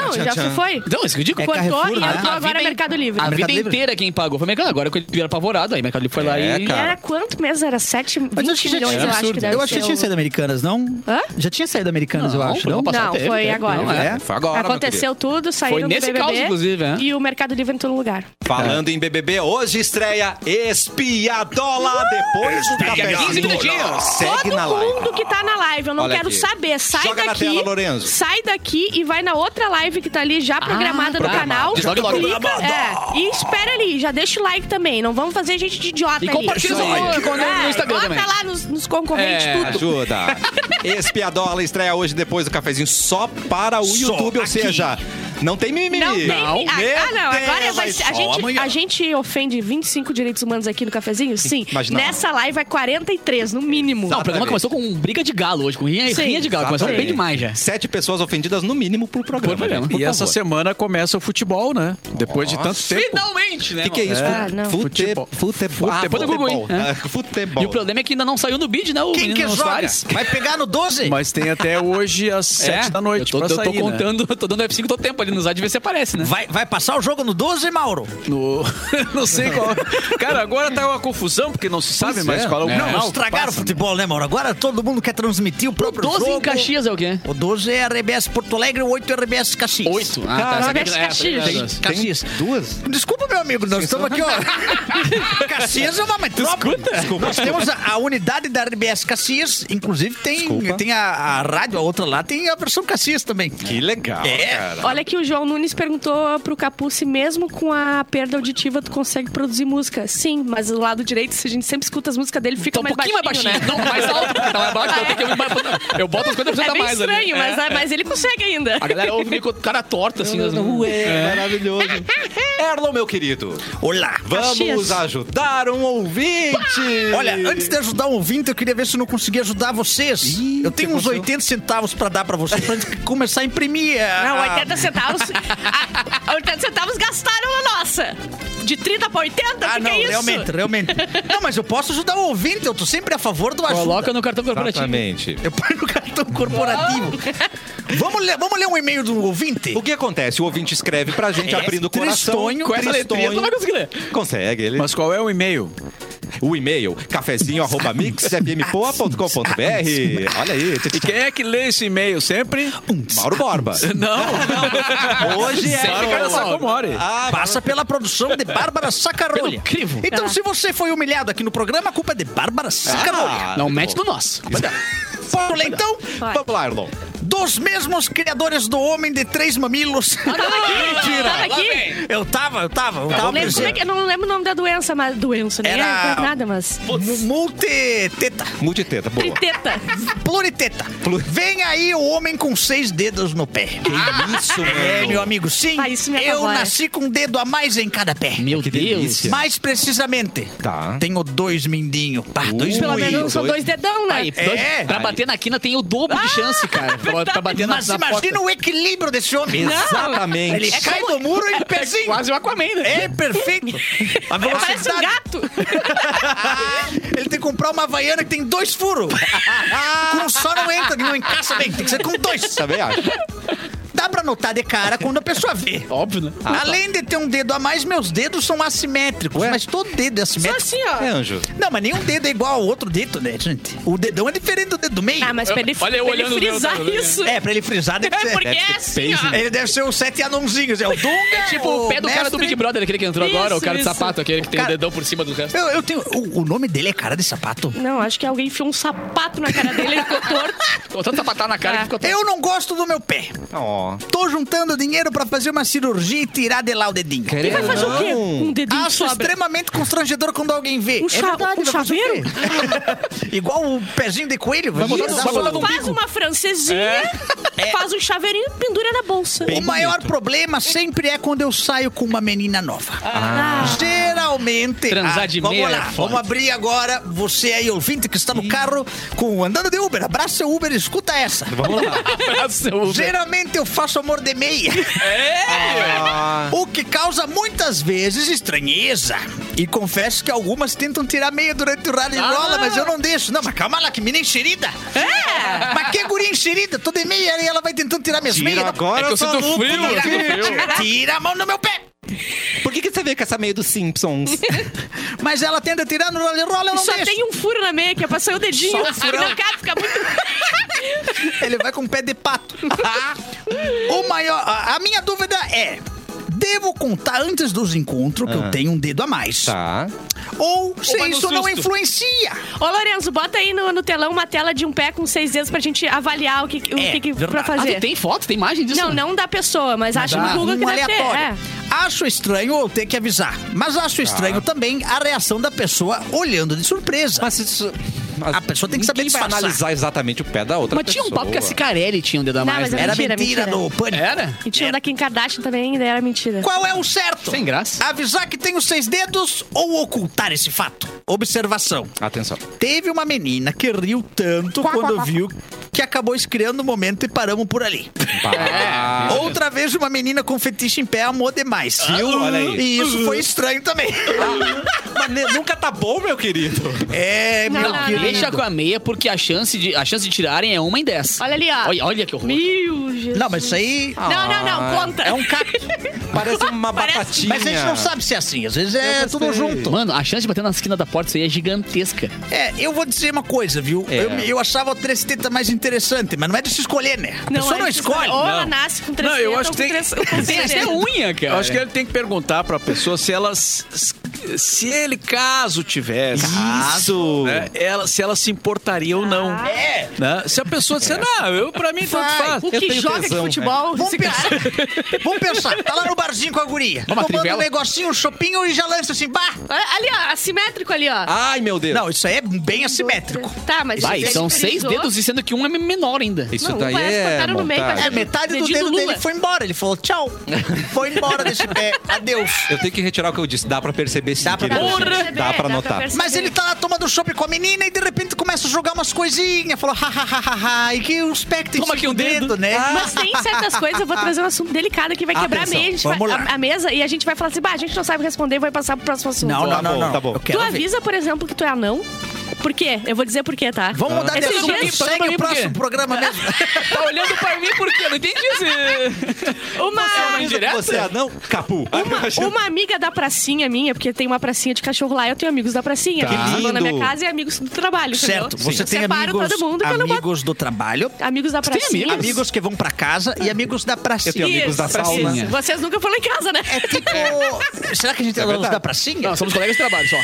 Speaker 3: Não, já se foi.
Speaker 1: Então, isso que eu digo.
Speaker 4: É
Speaker 3: Cortou
Speaker 4: Carrefour,
Speaker 3: e entrou
Speaker 4: né?
Speaker 1: A
Speaker 3: agora
Speaker 1: vida
Speaker 3: Mercado Livre.
Speaker 1: A vida
Speaker 4: Mercado Livre?
Speaker 1: inteira quem pagou foi Americanas. Agora que eles vieram apavorado, aí Mercado Livre foi lá
Speaker 2: É,
Speaker 1: e...
Speaker 2: cara.
Speaker 3: Era quanto mesmo? Era 7, 20
Speaker 4: Mas eu acho que já
Speaker 3: milhões,
Speaker 4: tinha,
Speaker 3: Um eu acho que deve
Speaker 4: eu acho que
Speaker 3: ser
Speaker 4: tinha
Speaker 3: o-
Speaker 4: saído Americanas, não?
Speaker 3: Hã?
Speaker 4: Já tinha saído Americanas, eu acho, não?
Speaker 1: ano passado
Speaker 3: Não,
Speaker 1: teve,
Speaker 3: foi
Speaker 1: teve,
Speaker 3: agora.
Speaker 1: não, é.
Speaker 4: É?
Speaker 2: Foi agora, meu
Speaker 3: Aconteceu tudo, saíram
Speaker 1: Foi
Speaker 3: do
Speaker 1: nesse
Speaker 3: BBB.
Speaker 1: caos, inclusive, é.
Speaker 3: E o Mercado Livre entrou no lugar.
Speaker 2: Falando em BBB, hoje estreia Espiadola depois do cafezinho.
Speaker 1: 15 minutinhos.
Speaker 2: Segue
Speaker 3: Uh! Todo
Speaker 2: na
Speaker 3: mundo
Speaker 2: live.
Speaker 3: que tá na live, eu não
Speaker 2: Olha
Speaker 3: quero
Speaker 2: aqui.
Speaker 3: saber. Sai
Speaker 2: Joga na
Speaker 3: daqui.
Speaker 2: tela, Lorenzo.
Speaker 3: Sai daqui e vai na outra live que tá ali já programada no
Speaker 1: programada.
Speaker 3: canal.
Speaker 1: Deslogue Ah, logo.
Speaker 3: Clica, é, e espera ali, já deixa o like também. Não vamos fazer gente de idiota
Speaker 1: E
Speaker 3: ali.
Speaker 1: compartilha
Speaker 3: Isso
Speaker 1: no-
Speaker 3: aí.
Speaker 1: com- no
Speaker 3: É,
Speaker 1: Instagram
Speaker 3: Bota
Speaker 1: também.
Speaker 3: lá nos, nos concorrentes
Speaker 1: É,
Speaker 3: tudo.
Speaker 2: Ajuda. Espiadola estreia hoje depois do cafezinho só para o YouTube, ou seja, não tem mimimi.
Speaker 3: Não tem.
Speaker 1: Não.
Speaker 3: Ah, ah, não. Agora vai ser. A gente,
Speaker 2: amanhã.
Speaker 3: a gente ofende 25 direitos humanos aqui no cafezinho? Sim.
Speaker 2: Mas não.
Speaker 3: Nessa live é 43, no mínimo.
Speaker 1: Não, o programa começou com briga de galo hoje, com rinha,
Speaker 3: Sim.
Speaker 1: rinha de galo. Começou bem
Speaker 2: Exatamente.
Speaker 1: demais já.
Speaker 2: Sete pessoas ofendidas no mínimo pro programa. né?
Speaker 1: Por programa.
Speaker 2: gente.
Speaker 1: Por
Speaker 5: E essa
Speaker 1: favor.
Speaker 5: semana começa o futebol, né? Depois de tanto tempo.
Speaker 1: Finalmente, né?
Speaker 2: O que, que é isso?
Speaker 3: Ah, não.
Speaker 2: Futebol.
Speaker 5: Futebol.
Speaker 2: Futebol. Ah,
Speaker 1: Depois do
Speaker 3: é
Speaker 1: Google, hein?
Speaker 2: futebol.
Speaker 3: né?
Speaker 2: Ah, Futebol.
Speaker 1: E o problema é que ainda não saiu no bid, né? O
Speaker 4: Quem
Speaker 1: menino
Speaker 4: que joga?
Speaker 1: Soares.
Speaker 4: Vai pegar no 12?
Speaker 5: Mas tem até hoje às
Speaker 1: É,
Speaker 5: 7 da noite
Speaker 1: Eu tô,
Speaker 5: pra
Speaker 1: eu tô
Speaker 5: sair, né?
Speaker 1: contando, eu tô dando F5 todo tempo ali nos ad, ver se aparece, né?
Speaker 4: Vai, vai passar o jogo no 12, Mauro?
Speaker 5: No- não sei qual. é Cara, agora tá uma confusão, porque não se sabe mais
Speaker 1: é.
Speaker 5: qual é o
Speaker 1: É.
Speaker 5: canal que
Speaker 4: Estragaram
Speaker 5: passa,
Speaker 4: o futebol, né, Mauro? Agora todo mundo quer transmitir o próprio
Speaker 1: 12
Speaker 4: jogo.
Speaker 1: em Caxias é o quê?
Speaker 4: O 12 é RBS Porto Alegre, o 8 é RBS Caxias.
Speaker 1: 8. Ah, tá. Essa aqui-
Speaker 3: Caxias.
Speaker 1: é, foi- é,
Speaker 3: Tem-
Speaker 1: duas.
Speaker 4: Caxias.
Speaker 2: Duas?
Speaker 4: Desculpa, meu amigo, nós estamos aqui, ó. Caxias é uma metrópole. Desculpa. Nós temos a, a unidade da RBS Caxias, inclusive tem, tem a, a rádio, a outra lá, tem a versão Caxias também.
Speaker 2: Que legal,
Speaker 4: É.
Speaker 2: cara.
Speaker 3: Olha que o João Nunes perguntou pro Capu se mesmo com a perda auditiva tu consegue produzir música. Sim, mas do lado direito, se a gente sempre escuta as músicas dele, fica
Speaker 1: Tá um
Speaker 3: mais
Speaker 1: pouquinho mais
Speaker 3: baixinho,
Speaker 1: baixinho.
Speaker 3: né?
Speaker 1: Não, mais alto, porque tá mais baixo. Eu, tenho que ouvir mais- eu boto as 50%
Speaker 3: É
Speaker 1: a
Speaker 3: bem
Speaker 1: mais ali.
Speaker 3: estranho, mas,
Speaker 1: É.
Speaker 3: mas ele consegue ainda.
Speaker 1: A galera ouve meio com o cara torto, assim. Nas...
Speaker 2: Maravilhoso. É. Erlon, meu querido,
Speaker 4: Olá.
Speaker 2: vamos
Speaker 3: Caxias.
Speaker 2: ajudar um ouvinte.
Speaker 4: Olha, antes de ajudar um ouvinte, eu queria ver se eu não conseguia ajudar vocês. eu tenho uns 80 centavos pra dar pra vocês, pra gente começar a imprimir. a-
Speaker 3: Não,
Speaker 1: tá.
Speaker 4: a-
Speaker 3: 80 centavos. a- 80 centavos gastaram a nossa. De 30 pra 80?
Speaker 4: Ah,
Speaker 3: que
Speaker 4: não,
Speaker 3: que é isso?
Speaker 1: né?
Speaker 4: realmente, realmente. Não, mas eu posso ajudar o ouvinte, eu tô sempre a favor do ajuda.
Speaker 1: Coloca no cartão corporativo.
Speaker 2: Exatamente.
Speaker 4: Eu ponho no cartão corporativo. vamos, ler, vamos ler um e-mail do ouvinte?
Speaker 2: O que acontece? O ouvinte escreve pra gente
Speaker 4: É,
Speaker 2: abrindo o coração.
Speaker 4: tristonho,
Speaker 1: Com essa letrinha, tu não vai conseguir ler.
Speaker 2: Consegue, ele.
Speaker 5: Mas qual é o e-mail?
Speaker 2: O e-mail, cafezinho arroba mixfmpoa.com.br. Olha aí.
Speaker 5: E quem é que lê esse e-mail sempre?
Speaker 2: Mauro Borba.
Speaker 5: Não,
Speaker 2: Hoje é.
Speaker 1: Sempre, cara,
Speaker 5: Ricardo
Speaker 1: só-
Speaker 5: Sacomori.
Speaker 2: Ah,
Speaker 4: Passa pela produção de Bárbara Sacaroli.
Speaker 1: Pelo crivo.
Speaker 3: É.
Speaker 4: Então, se você foi humilhado aqui no programa, a culpa é de
Speaker 3: Ah,
Speaker 4: Bárbara Sacaroli.
Speaker 1: Não mete no nosso.
Speaker 4: Posso ler, então?
Speaker 2: vamos lá, Erlon.
Speaker 4: Dos mesmos criadores do Homem de Três Mamilos.
Speaker 3: Tava aqui.
Speaker 4: Eu tava, eu tava,
Speaker 3: Não
Speaker 4: eu tava.
Speaker 3: lembro como é que- eu não lembro o nome da doença, mas. Doença, né?
Speaker 4: Era-
Speaker 3: É nada, mas.
Speaker 4: Mu- Multiteta,
Speaker 2: Multiteta, boa.
Speaker 3: Triteta.
Speaker 4: pluriteta.
Speaker 2: Pluri-
Speaker 4: Vem aí o homem com seis dedos no pé.
Speaker 2: Isso,
Speaker 4: É, meu
Speaker 2: mano.
Speaker 4: amigo, sim.
Speaker 3: Ah, isso me
Speaker 4: eu
Speaker 3: apavora.
Speaker 4: nasci com um dedo a mais em cada pé.
Speaker 1: Meu
Speaker 2: Que
Speaker 1: Deus.
Speaker 2: delícia.
Speaker 4: Mais precisamente,
Speaker 2: Tá.
Speaker 4: tenho dois mindinhos. Dois
Speaker 3: Pelo
Speaker 2: Ui,
Speaker 3: menos não são
Speaker 2: dois-
Speaker 3: dois dedão, né?
Speaker 1: Aí, dois-
Speaker 4: É.
Speaker 1: pra
Speaker 2: Aí.
Speaker 1: bater na quina tem o dobro de chance, cara. Pra, pra bater na,
Speaker 4: Mas
Speaker 1: na porta.
Speaker 4: imagina um- o equilíbrio desse homem.
Speaker 2: Exatamente.
Speaker 4: Ele é cai do
Speaker 1: é
Speaker 4: muro em pezinho.
Speaker 1: Quase o Aquaman, né?
Speaker 4: É perfeito. A
Speaker 3: Parece um
Speaker 1: É
Speaker 4: velocidade.
Speaker 3: gato.
Speaker 4: Ele tem que comprar uma havaiana que tem dois furos. com um só não entra, não encaixa bem. Tem que ser com dois.
Speaker 2: Também acho.
Speaker 4: dá pra notar de cara quando a pessoa vê.
Speaker 1: Óbvio, né?
Speaker 4: Além de ter um dedo a mais, meus dedos são assimétricos. Mas todo dedo é
Speaker 3: Só
Speaker 4: assimétrico.
Speaker 3: assim, ó.
Speaker 2: É, anjo.
Speaker 4: Não, mas nenhum dedo é igual ao outro dedo, né, gente? O dedão é diferente do dedo do meio.
Speaker 3: Ah, mas pra ele,
Speaker 1: Olha eu
Speaker 3: pra ele
Speaker 1: olhando o meu
Speaker 3: frisar
Speaker 1: também, né?
Speaker 3: isso.
Speaker 4: É, pra ele frisar, deve
Speaker 3: É
Speaker 4: ser.
Speaker 3: porque
Speaker 2: deve
Speaker 3: é
Speaker 2: ter
Speaker 3: assim,
Speaker 2: peso, né?
Speaker 3: ó.
Speaker 4: Ele deve ser os sete anãozinhos. É o Dunga,
Speaker 1: Tipo o pé do cara do
Speaker 4: mestre.
Speaker 1: Big Brother, aquele que entrou agora,
Speaker 3: Isso,
Speaker 1: o cara de
Speaker 3: isso.
Speaker 1: sapato, aquele que tem o
Speaker 4: Cara-
Speaker 1: dedão por cima do resto.
Speaker 4: Eu, eu tenho. O, o nome dele é cara de sapato?
Speaker 3: Não, acho que alguém enfiou um sapato na cara dele e ficou torto.
Speaker 1: Tô tanto sapatar na cara
Speaker 3: É.
Speaker 1: que ficou
Speaker 4: Eu não gosto do meu pé.
Speaker 2: Ó.
Speaker 4: Tô juntando dinheiro pra fazer uma cirurgia e tirar de lá o dedinho.
Speaker 3: Ele vai fazer o quê? Um dedinho de
Speaker 4: Acho
Speaker 3: sobra.
Speaker 4: extremamente constrangedor quando alguém vê. É
Speaker 3: Um cha- um
Speaker 4: vai fazer o
Speaker 3: chaveiro?
Speaker 4: quê? Igual o pezinho de coelho. vai
Speaker 1: botar-
Speaker 4: botar
Speaker 1: vai
Speaker 4: só-
Speaker 1: botar no
Speaker 3: Faz uma francesinha, faz um chaveirinho e pendura na bolsa.
Speaker 4: O maior problema sempre é quando eu saio com uma menina nova.
Speaker 2: Ah.
Speaker 3: Ah.
Speaker 4: Geralmente. ah,
Speaker 1: Transar de
Speaker 4: vamos
Speaker 1: meia
Speaker 4: lá,
Speaker 1: é foda.
Speaker 4: vamos abrir agora. Você aí, ouvinte, que está no carro com andando de Uber. Abraça seu Uber, e escuta essa.
Speaker 1: Abraço.
Speaker 4: Geralmente eu faço amor de meia.
Speaker 1: É.
Speaker 4: O que causa muitas vezes estranheza. E confesso que algumas tentam tirar meia durante o rally rola, mas eu não deixo. Não, mas calma lá, que mina enxerida. É! Mas que guria enxerida? Tô de meia e ela vai tentando tirar minhas meias.
Speaker 2: Tira
Speaker 4: Não,
Speaker 2: agora,
Speaker 1: É que eu
Speaker 2: eu sou
Speaker 1: sinto
Speaker 2: louco.
Speaker 1: frio, eu sinto frio.
Speaker 4: Tira a mão do meu pé!
Speaker 2: Por que, que você veio com essa meia dos Simpsons?
Speaker 4: Mas ela tenta tirar no rally rola, eu não
Speaker 3: Só
Speaker 4: deixo.
Speaker 3: tem um furo na meia que é pra sair o dedinho.
Speaker 4: Só um furão.
Speaker 3: Não cabe, fica muito...
Speaker 4: Ele vai com o pé de pato. o maior. A, a minha dúvida é. Devo contar antes dos encontros que eu tenho um dedo a mais.
Speaker 2: Ah. tá.
Speaker 4: Ou se
Speaker 1: vai no
Speaker 4: isso não
Speaker 1: susto.
Speaker 4: influencia.
Speaker 3: Ô, Lorenzo, bota aí no, no telão uma tela de um pé com seis dedos pra gente avaliar o que, o
Speaker 4: É,
Speaker 3: que, que pra
Speaker 4: verdade.
Speaker 1: Ah,
Speaker 3: fazer.
Speaker 1: tu tem né? foto? Tem imagem disso?
Speaker 3: Não, não da pessoa, mas acho
Speaker 4: Tá?
Speaker 3: no Google que
Speaker 4: Um
Speaker 3: deve ter. É.
Speaker 4: aleatório. Acho estranho eu ter que avisar. Mas
Speaker 2: Tá.
Speaker 4: acho estranho também a reação da pessoa olhando de surpresa.
Speaker 2: Mas isso.
Speaker 4: A pessoa tem que saber
Speaker 2: Ninguém vai
Speaker 4: disfarçar.
Speaker 2: analisar exatamente o pé da outra.
Speaker 1: Mas tinha um papo que a
Speaker 2: pessoa.
Speaker 1: Cicarelli tinha um dedo a
Speaker 3: Não,
Speaker 1: mais,
Speaker 3: mas
Speaker 1: né?
Speaker 4: Era
Speaker 3: Mentira,
Speaker 4: mentira,
Speaker 3: mentira.
Speaker 4: no pânico.
Speaker 1: Era?
Speaker 3: E tinha o da Kim Kardashian também, ainda era mentira.
Speaker 4: Qual é o certo?
Speaker 1: Sem graça.
Speaker 4: Avisar que tenho seis dedos ou ocultar esse fato? Observação.
Speaker 2: Atenção.
Speaker 4: Teve uma menina que riu tanto quando viu que acabou esfriando o momento e paramos por ali. É.
Speaker 2: Ah,
Speaker 4: Outra vez uma menina com fetiche em pé amou demais. Viu?
Speaker 2: olha aí.
Speaker 4: E isso foi estranho também.
Speaker 2: mas ne- nunca tá bom, meu querido.
Speaker 4: É, meu
Speaker 3: Não, não,
Speaker 4: querido.
Speaker 1: Deixa com a meia, porque a chance de, a chance de tirarem é uma em dez.
Speaker 3: Olha ali, ó.
Speaker 1: Olha, olha que horror.
Speaker 3: Meu Jesus.
Speaker 4: Não, mas isso aí...
Speaker 3: Não, não, não, conta.
Speaker 4: É um cacto.
Speaker 2: Parece uma
Speaker 3: Parece-
Speaker 2: batatinha.
Speaker 4: Mas a gente não sabe se é assim. Às vezes é tudo junto.
Speaker 1: Mano, a chance de bater na esquina da porta isso aí é gigantesca.
Speaker 4: É, eu vou dizer uma coisa, viu?
Speaker 2: É.
Speaker 4: Eu, eu achava o três tetas mais interessante, mas não é de se escolher, né? A pessoa
Speaker 3: é
Speaker 4: não
Speaker 3: isso,
Speaker 4: escolhe.
Speaker 3: Ou ela
Speaker 5: Não.
Speaker 3: nasce com três
Speaker 5: Não, eu
Speaker 3: dedos,
Speaker 5: acho
Speaker 3: ou
Speaker 5: que tem-
Speaker 3: com três- com
Speaker 1: Tem
Speaker 3: seis
Speaker 1: até
Speaker 3: dedos.
Speaker 1: unha, cara.
Speaker 5: Eu acho que ele tem que perguntar pra pessoa se ela. Se ele, caso tivesse.
Speaker 2: Isso.
Speaker 5: né, ela, se ela se importaria ou não.
Speaker 3: Ah.
Speaker 4: É.
Speaker 5: né? Se a pessoa disser, não, eu, pra mim tanto
Speaker 4: Vai.
Speaker 5: faz.
Speaker 3: O
Speaker 2: Eu
Speaker 3: que
Speaker 2: tenho
Speaker 3: joga de
Speaker 2: tesão,
Speaker 3: futebol?
Speaker 4: Vamos
Speaker 3: esse cara?
Speaker 4: pensar. Vamos pensar. Tá lá no barzinho com a guria.
Speaker 1: Uma
Speaker 4: tomando
Speaker 1: trivela?
Speaker 4: um negocinho, um chopinho e já lança assim, bah!
Speaker 3: Ah, Ali, ó, assimétrico ali, ó.
Speaker 2: Ai, meu Deus.
Speaker 4: Não, isso aí é bem assimétrico.
Speaker 3: Tá, mas
Speaker 1: Vai,
Speaker 3: ele
Speaker 1: são seis
Speaker 3: superiorizou.
Speaker 1: dedos e sendo que um é menor ainda.
Speaker 2: isso
Speaker 3: não,
Speaker 2: daí
Speaker 3: parece que
Speaker 2: é.
Speaker 3: cortaram no meio,
Speaker 2: montagem.
Speaker 4: É,
Speaker 3: parece-
Speaker 4: metade do
Speaker 3: Dedinho
Speaker 4: dedo
Speaker 3: Lula.
Speaker 4: dele foi embora. Ele falou, tchau. Foi embora desse pé. Adeus.
Speaker 2: Eu tenho que retirar o que eu disse. Dá pra perceber sim,
Speaker 4: Dá pra
Speaker 2: querido.
Speaker 3: perceber,
Speaker 2: Dá
Speaker 3: dá
Speaker 2: pra
Speaker 3: pra
Speaker 2: notar.
Speaker 3: perceber.
Speaker 4: Mas ele tá lá tomando chopp com a menina e de repente começa a jogar umas coisinhas. Falou, ha, ha, ha, ha, ha. E que os pés que tem
Speaker 1: Toma
Speaker 4: cinco
Speaker 1: aqui um dedo.
Speaker 4: dedos, né?
Speaker 3: Mas tem certas coisas, eu vou trazer um assunto delicado que vai quebrar a,
Speaker 2: Atenção,
Speaker 3: meia, a gente
Speaker 4: vamos
Speaker 3: vai-
Speaker 4: lá.
Speaker 3: a- a mesa e a gente vai falar assim, bah, a gente não sabe responder, vai passar pro próximo assunto.
Speaker 4: Não,
Speaker 2: Tá
Speaker 4: não, não,
Speaker 2: bom,
Speaker 4: não.
Speaker 2: tá bom.
Speaker 4: Eu quero
Speaker 3: Tu
Speaker 4: ver.
Speaker 3: avisa, por exemplo, que tu é anão. Por quê? Eu vou dizer por quê, tá?
Speaker 4: Vamos mudar de
Speaker 3: Esses
Speaker 4: assunto.
Speaker 3: dias-
Speaker 1: Só pra
Speaker 4: Segue
Speaker 1: mim,
Speaker 4: o
Speaker 1: por quê?
Speaker 4: próximo programa mesmo.
Speaker 1: tá olhando pra mim por quê? Não entendi Ah. esse...
Speaker 3: Uma,
Speaker 1: indireta?
Speaker 2: Você é não? Capu.
Speaker 3: uma, uma amiga da pracinha minha, porque tem uma pracinha de cachorro lá, eu tenho amigos da pracinha.
Speaker 2: Tá.
Speaker 3: Amigos na minha
Speaker 2: Lindo.
Speaker 3: casa e amigos do trabalho,
Speaker 4: Certo.
Speaker 3: entendeu?
Speaker 4: Você
Speaker 3: Eu
Speaker 4: tem
Speaker 3: separo
Speaker 4: amigos,
Speaker 3: todo mundo quando eu boto
Speaker 4: amigos do trabalho,
Speaker 3: amigos da
Speaker 1: tem
Speaker 3: pracinha.
Speaker 4: amigos que vão pra casa e amigos da pracinha.
Speaker 2: tenho amigos da
Speaker 3: Isso,
Speaker 2: sauna.
Speaker 3: isso. Vocês nunca foram em casa, né?
Speaker 4: É tipo. Será que a gente é alunos da pracinha?
Speaker 1: Não, somos colegas de trabalho só.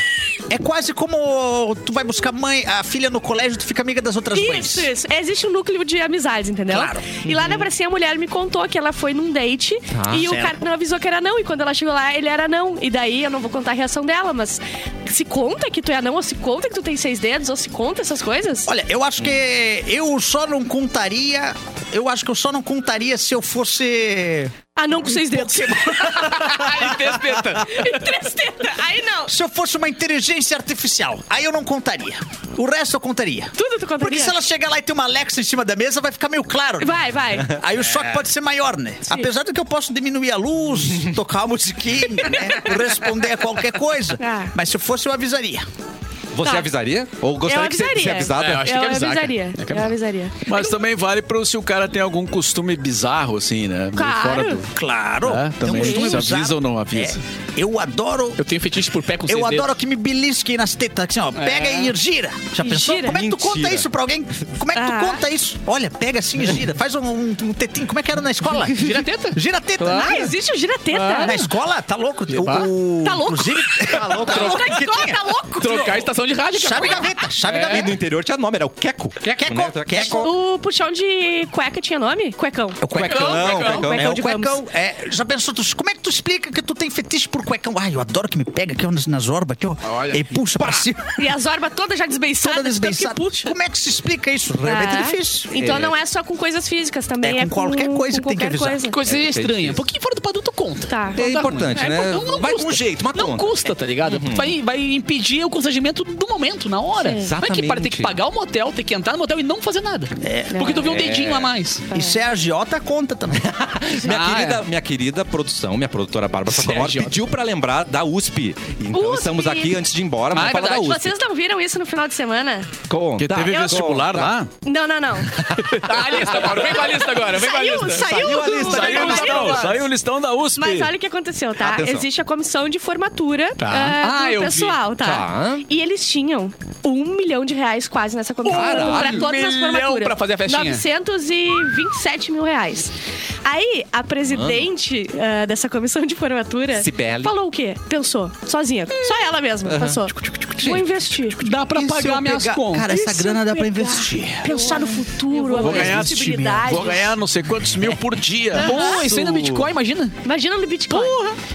Speaker 4: É quase como tu vai buscar mãe, a filha no colégio, tu fica amiga das outras mães.
Speaker 3: Isso, isso. Existe um núcleo de amizades, entendeu?
Speaker 4: É, Claro.
Speaker 3: E lá na pracinha a mulher me contou que ela foi num date e o
Speaker 4: Tá. Certo.
Speaker 3: cara não avisou que era não. E quando ela chegou lá, ele era não. E daí eu não vou contar a reação dela, mas se conta que tu é não, ou se conta que tu tem seis dedos, ou se conta essas coisas.
Speaker 4: Olha, eu acho que eu só não contaria. Eu acho que eu só não contaria se eu fosse.
Speaker 3: Ah, não com seis dedos. Em três tetas. Em três tetas. Aí não.
Speaker 4: Se eu fosse uma inteligência artificial. Aí eu não contaria. O resto eu contaria.
Speaker 3: Tudo tu contaria?
Speaker 4: Porque se ela chegar lá e ter uma Alexa em cima da mesa, vai ficar meio claro. né?
Speaker 3: Vai, vai.
Speaker 4: Aí o choque pode ser maior, né? Apesar do que eu posso diminuir a luz, tocar a musiquinha, né? Responder a qualquer coisa.
Speaker 3: Ah.
Speaker 4: Mas se eu fosse, eu avisaria.
Speaker 2: Você
Speaker 3: Tá.
Speaker 2: avisaria? Ou gostaria
Speaker 3: Eu
Speaker 2: que você- você
Speaker 3: avisaria.
Speaker 2: avisada?
Speaker 5: É, eu acho que tem
Speaker 3: Eu
Speaker 5: que avisar, cara.
Speaker 3: avisaria.
Speaker 5: Tem que
Speaker 3: Eu
Speaker 5: avisar.
Speaker 3: avisaria.
Speaker 5: Mas também vale pro se o cara tem algum costume bizarro, assim, né? Meio
Speaker 3: Claro.
Speaker 4: Claro. Tem
Speaker 5: É,
Speaker 4: um
Speaker 5: também.
Speaker 4: costume
Speaker 5: Se
Speaker 4: usado.
Speaker 5: avisa ou não avisa?
Speaker 4: É. Eu adoro.
Speaker 1: Eu tenho fetiche por pé com
Speaker 4: Eu
Speaker 1: seis dedos.
Speaker 4: adoro que me belisquem nas tetas, assim, ó. Pega e gira. Já pensou?
Speaker 3: É. Gira?
Speaker 4: Como é que tu conta
Speaker 2: Mentira.
Speaker 4: isso pra alguém? Como é que tu
Speaker 3: Ah.
Speaker 4: conta isso? Olha, pega assim e gira. Faz um, um- um tetinho. Como é que era na escola?
Speaker 1: Gira a teta.
Speaker 4: Gira a teta.
Speaker 3: Ah,
Speaker 4: Gira.
Speaker 3: existe o girateta?
Speaker 4: Na escola? Tá louco? O- o-
Speaker 3: Ah. Tá louco?
Speaker 4: Inclusive, tá louco.
Speaker 3: Na
Speaker 4: que
Speaker 3: escola,
Speaker 4: tinha.
Speaker 3: tá louco?
Speaker 1: Trocar a estação de rádio. cara.
Speaker 4: Chave gaveta,
Speaker 5: É.
Speaker 4: chave
Speaker 2: E no
Speaker 4: gaveta.
Speaker 2: interior tinha nome, era o Queco.
Speaker 4: Queco,
Speaker 2: né?
Speaker 4: queco.
Speaker 3: O puxão de cueca tinha nome? Cuecão.
Speaker 4: É o cuecão.
Speaker 2: Não,
Speaker 1: Cuecão,
Speaker 2: Quecão.
Speaker 4: É o
Speaker 3: de
Speaker 4: cuecão. É, já pensou, tu, como é que tu explica que tu tem fetiche por cuecão? Ai, eu adoro que me pega aqui ó, nas, nas orbas, aqui, ó.
Speaker 5: Olha.
Speaker 4: E puxa pra cima,
Speaker 3: E as orbas todas já desbeiçadas.
Speaker 4: toda
Speaker 3: de tanto que
Speaker 4: desbençada.
Speaker 3: puxa.
Speaker 4: Como é que se explica isso?
Speaker 3: Tá.
Speaker 4: Realmente é difícil.
Speaker 3: Então não é só com coisas físicas também.
Speaker 4: É
Speaker 3: É,
Speaker 4: com qualquer coisa
Speaker 3: com
Speaker 4: que tem que
Speaker 3: qualquer
Speaker 4: avisar.
Speaker 1: Que
Speaker 3: coisa.
Speaker 1: Coisa estranha.
Speaker 2: difícil.
Speaker 1: Um pouquinho fora do padrão, tu conta.
Speaker 3: Tá.
Speaker 1: Não dá
Speaker 2: É, importante,
Speaker 1: ruim.
Speaker 2: né?
Speaker 1: não- não
Speaker 2: Vai com
Speaker 1: custa.
Speaker 2: um jeito, Uhum. uma
Speaker 1: Não
Speaker 2: tona.
Speaker 1: custa, tá ligado? Vai, vai impedir o constrangimento do momento, na hora.
Speaker 3: Sim.
Speaker 1: Não é que para ter que
Speaker 2: Exatamente. É.
Speaker 1: pagar o motel, ter que entrar no motel e não fazer nada. Porque tu viu um dedinho a mais.
Speaker 4: E se é agiota, conta também.
Speaker 2: Minha,
Speaker 1: Ah,
Speaker 2: querida,
Speaker 1: é.
Speaker 2: minha querida produção, minha produtora Bárbara
Speaker 1: Sérgio.
Speaker 2: Sacomori pediu pra lembrar da USP. Então
Speaker 3: USP.
Speaker 2: estamos aqui antes de ir embora, vamos
Speaker 1: Ah, é
Speaker 2: falar da
Speaker 1: verdade.
Speaker 2: USP.
Speaker 3: Vocês não viram isso no final de semana?
Speaker 2: Conta,
Speaker 5: Porque teve
Speaker 2: conta.
Speaker 5: vestibular lá?
Speaker 3: Não, não, não.
Speaker 1: Tá, a lista agora. Vem com a lista agora. Vem com a
Speaker 3: Saiu,
Speaker 1: lista.
Speaker 3: saiu,
Speaker 2: Saiu a lista,
Speaker 3: do-
Speaker 2: saiu
Speaker 5: Saiu o
Speaker 2: Não,
Speaker 3: do-
Speaker 5: listão,
Speaker 2: não.
Speaker 5: saiu o listão da USP.
Speaker 3: Mas olha o que aconteceu, tá?
Speaker 2: Atenção.
Speaker 3: Existe a comissão de formatura
Speaker 5: Tá.
Speaker 3: ah,
Speaker 1: Ah,
Speaker 3: do
Speaker 1: eu vi.
Speaker 3: pessoal, tá?
Speaker 2: Tá.
Speaker 3: E eles tinham um milhão de reais quase nessa comissão
Speaker 1: Caralho.
Speaker 3: pra todas as
Speaker 1: Milhão
Speaker 3: formaturas.
Speaker 1: pra fazer a festinha.
Speaker 3: 927 mil reais. Aí, a presidente ah, dessa comissão de formatura
Speaker 2: Cibele.
Speaker 3: falou o quê? Pensou, sozinha. Só ela mesma pensou. Vou investir.
Speaker 1: Dá pra
Speaker 4: E se eu
Speaker 2: é
Speaker 1: pagar minhas
Speaker 4: pegar-
Speaker 1: contas.
Speaker 4: Cara, essa
Speaker 3: E se
Speaker 4: grana
Speaker 3: eu
Speaker 4: dá pra
Speaker 3: pegar?
Speaker 4: investir.
Speaker 3: Pensar no futuro,
Speaker 5: Vou
Speaker 3: as
Speaker 5: ganhar, né?
Speaker 3: possibilidades.
Speaker 5: vou ganhar não sei quantos mil por dia.
Speaker 1: Pô, isso aí no Bitcoin, imagina.
Speaker 3: Imagina no Bitcoin.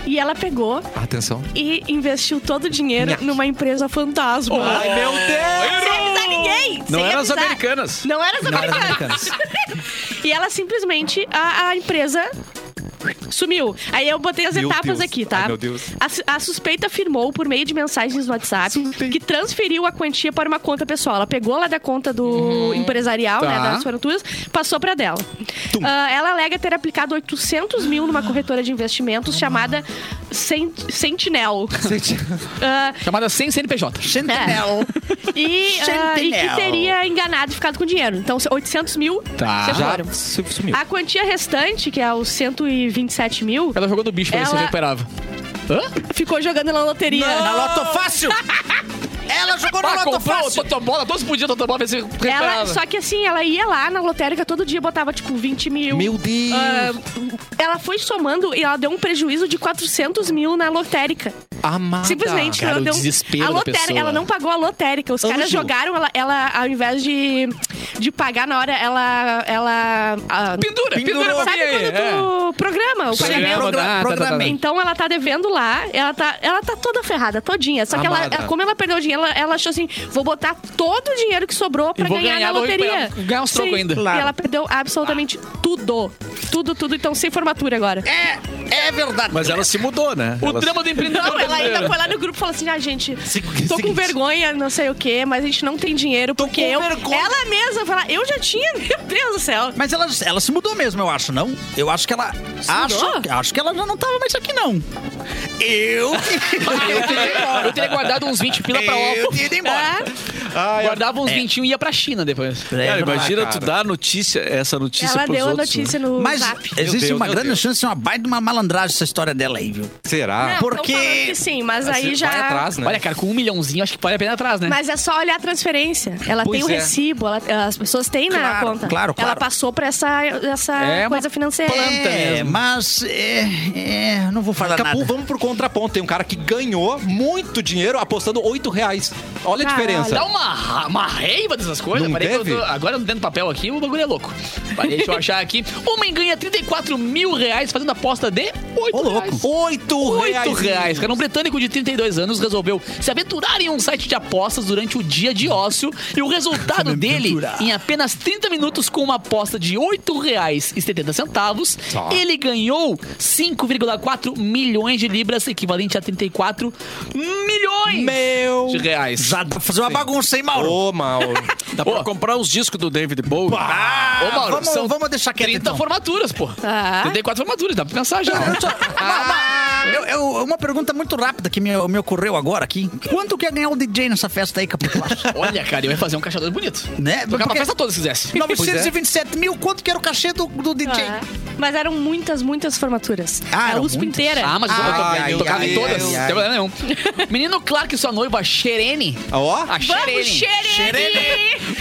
Speaker 3: E ela pegou
Speaker 2: Atenção.
Speaker 3: e investiu todo o dinheiro numa empresa fantasma.
Speaker 2: Ai, meu Deus!
Speaker 3: Sem avisar ninguém!
Speaker 5: Não
Speaker 3: sem
Speaker 5: eram as
Speaker 3: avisar.
Speaker 5: americanas.
Speaker 3: Não era as americanas. e ela simplesmente, a, a empresa sumiu. Aí eu botei as
Speaker 2: Meu
Speaker 3: etapas
Speaker 2: Deus.
Speaker 3: aqui, tá?
Speaker 2: Ai, meu Deus.
Speaker 3: A, su- a suspeita afirmou, por meio de mensagens no WhatsApp, que transferiu a quantia para uma conta pessoal. Ela pegou lá da conta do empresarial, né, das fortunas, passou para dela. Ah, ela alega ter aplicado 800 mil numa corretora de investimentos chamada Sent- Sentinel. Ah,
Speaker 1: Chamada sem CNPJ.
Speaker 4: Sentinel.
Speaker 3: e, ah, e que
Speaker 4: Sentinel.
Speaker 3: teria enganado e ficado com dinheiro. Então, 800 mil
Speaker 1: Tá.
Speaker 3: se
Speaker 2: Já
Speaker 3: foram.
Speaker 2: se sumiu.
Speaker 3: A quantia restante, que é os 127 mil,
Speaker 1: Ela jogou do bicho pra ver se
Speaker 3: Ela-
Speaker 1: recuperava. Hã?
Speaker 3: ficou jogando na loteria.
Speaker 4: Na Loto Fácil. Ela jogou na
Speaker 1: Pá,
Speaker 4: Loto
Speaker 1: comprou
Speaker 4: Fácil.
Speaker 1: totobola, todos podiam totobola, ver se
Speaker 3: Ela,
Speaker 1: recuperava.
Speaker 3: só que assim, ela ia lá na lotérica todo dia, botava tipo 20 mil.
Speaker 2: Meu Deus!
Speaker 3: Ah, ela foi somando e ela deu um prejuízo de 400 mil na lotérica.
Speaker 2: Amada.
Speaker 3: Simplesmente.
Speaker 1: Ah, tá. Cara,
Speaker 3: ela
Speaker 1: o
Speaker 3: deu um-
Speaker 1: desespero
Speaker 3: a
Speaker 1: da
Speaker 3: lotérica,
Speaker 1: pessoa.
Speaker 3: Ela não pagou a lotérica. Os caras
Speaker 1: Anjo.
Speaker 3: jogaram ela, ela, ao invés de, de pagar na hora, ela. ela ah,
Speaker 1: Pendura, pendura,
Speaker 4: Pendurou.
Speaker 1: pra mim
Speaker 3: Sabe
Speaker 1: aí. é.
Speaker 3: quando tu programa o
Speaker 1: Sim,
Speaker 3: pagamento?
Speaker 1: programa, tá, tá, tá, tá.
Speaker 4: Programei.
Speaker 3: Então ela tá devendo lá, ela tá, ela tá toda ferrada, todinha. Só que ela,
Speaker 2: Amada.
Speaker 3: como ela perdeu o dinheiro, ela, ela achou assim: vou botar todo o dinheiro que sobrou pra
Speaker 1: E vou
Speaker 3: ganhar,
Speaker 1: ganhar,
Speaker 3: na
Speaker 1: vou
Speaker 3: loteria.
Speaker 1: recuperar, ganhar uns trocos
Speaker 3: Sim.
Speaker 1: ainda. Ah.
Speaker 3: E ela perdeu absolutamente tudo. Tudo, tudo. Então sem formatura agora.
Speaker 4: É verdade.
Speaker 5: Mas ela se mudou, né?
Speaker 1: O
Speaker 5: Ela-
Speaker 1: drama do empreendedor
Speaker 3: Não, ela ainda
Speaker 1: brasileiro.
Speaker 3: foi lá no grupo e falou assim: ah, gente, tô com vergonha, não sei o quê, mas a gente não tem dinheiro, porque eu. Ela mesma fala, eu já tinha, meu Deus do céu.
Speaker 4: Mas ela, ela se mudou mesmo, eu acho, não? Eu acho que ela. Acho,
Speaker 3: mudou?
Speaker 4: acho que ela já não tava mais aqui, não. Eu.
Speaker 1: Eu teria, eu teria guardado uns 20 pila pra
Speaker 4: eu
Speaker 1: álcool.
Speaker 4: tinha ido
Speaker 3: É. Ah,
Speaker 4: embora.
Speaker 1: Guardava uns 21 e ia pra China depois.
Speaker 5: Cara, É, imagina
Speaker 2: cara.
Speaker 5: tu dar notícia, essa notícia
Speaker 3: Ela
Speaker 5: pros
Speaker 3: deu a
Speaker 5: outros, né?
Speaker 3: notícia no
Speaker 4: Mas
Speaker 3: zap.
Speaker 4: existe
Speaker 2: Meu Deus,
Speaker 4: uma
Speaker 2: meu
Speaker 4: grande
Speaker 2: Deus.
Speaker 4: chance de uma baita de uma malandragem essa história dela aí, viu?
Speaker 2: Será?
Speaker 3: Não, tão
Speaker 4: Ah, porque- Assim,
Speaker 3: falando que sim, mas aí já.
Speaker 2: Vai atrás, né?
Speaker 1: Olha, cara, com um milhãozinho, acho que vale a pena atrás, né?
Speaker 3: Mas é só olhar a transferência. Ela
Speaker 2: Pois
Speaker 3: tem o
Speaker 2: é.
Speaker 3: recibo, ela- as pessoas têm na
Speaker 4: Claro,
Speaker 3: conta.
Speaker 4: claro, claro.
Speaker 3: Ela passou pra essa, essa
Speaker 1: É uma
Speaker 3: coisa financeira.
Speaker 4: é, mas. É, é, não vou falar
Speaker 2: Capu,
Speaker 4: nada.
Speaker 2: vamos pro contraponto. Tem um cara que ganhou muito dinheiro apostando 8 reais. Olha a
Speaker 3: Caralho.
Speaker 2: diferença.
Speaker 1: Dá uma, ra- uma raiva dessas coisas.
Speaker 2: Não
Speaker 1: Peraí que eu
Speaker 2: teve?
Speaker 1: tô- agora dentro do papel aqui, o bagulho é louco. Peraí, deixa eu achar aqui. Homem ganha 34 mil reais fazendo aposta de 8
Speaker 4: Ô, louco.
Speaker 1: reais.
Speaker 2: 8
Speaker 1: 8
Speaker 2: reais.
Speaker 1: reais, cara. Um britânico de 32 anos resolveu se aventurar em um site de apostas durante o dia de ócio e o resultado dele,
Speaker 4: aventurar.
Speaker 1: em apenas 30 minutos com uma aposta de 8 reais e 70 centavos,
Speaker 4: Tá.
Speaker 1: ele ganhou 5,4 milhões de libras, equivalente a 34 milhões
Speaker 2: Meu.
Speaker 1: de reais.
Speaker 4: Já dá pra fazer uma bagunça, hein, Mauro?
Speaker 2: Ô, Mauro.
Speaker 5: Dá pra comprar os discos do David Bowie.
Speaker 4: Ah,
Speaker 1: Ô, Mauro,
Speaker 4: vamos,
Speaker 1: são
Speaker 4: vamos deixar quieto.
Speaker 1: 30
Speaker 4: Então.
Speaker 1: formaturas, pô.
Speaker 3: Tá.
Speaker 1: 34 formaturas, dá pra pensar já.
Speaker 4: Mas- mas- Eu- eu- uma pergunta muito rápida que me, me ocorreu agora aqui. Quanto que ia ganhar o DJ nessa festa aí, Capitulacho?
Speaker 1: Olha, cara, eu ia fazer um caixador bonito.
Speaker 4: Né?
Speaker 1: Tocar pra
Speaker 4: Porque-
Speaker 1: festa toda se quisesse.
Speaker 4: 927 mil, quanto que era o cachê do, do DJ?
Speaker 3: Ah, Mas eram muitas, muitas formaturas.
Speaker 4: Ah,
Speaker 3: a
Speaker 4: eram
Speaker 3: USP
Speaker 4: muitas?
Speaker 3: inteira.
Speaker 1: Ah, mas eu
Speaker 4: Ai,
Speaker 1: tocava-
Speaker 4: ai,
Speaker 1: eu tocava
Speaker 4: ai,
Speaker 1: em todas.
Speaker 4: ai,
Speaker 1: Não
Speaker 4: ai.
Speaker 1: tem problema nenhum. Menino, claro que sua noiva, Xerene.
Speaker 2: Ó,
Speaker 1: A Xerene.
Speaker 3: Vamos, Xerene!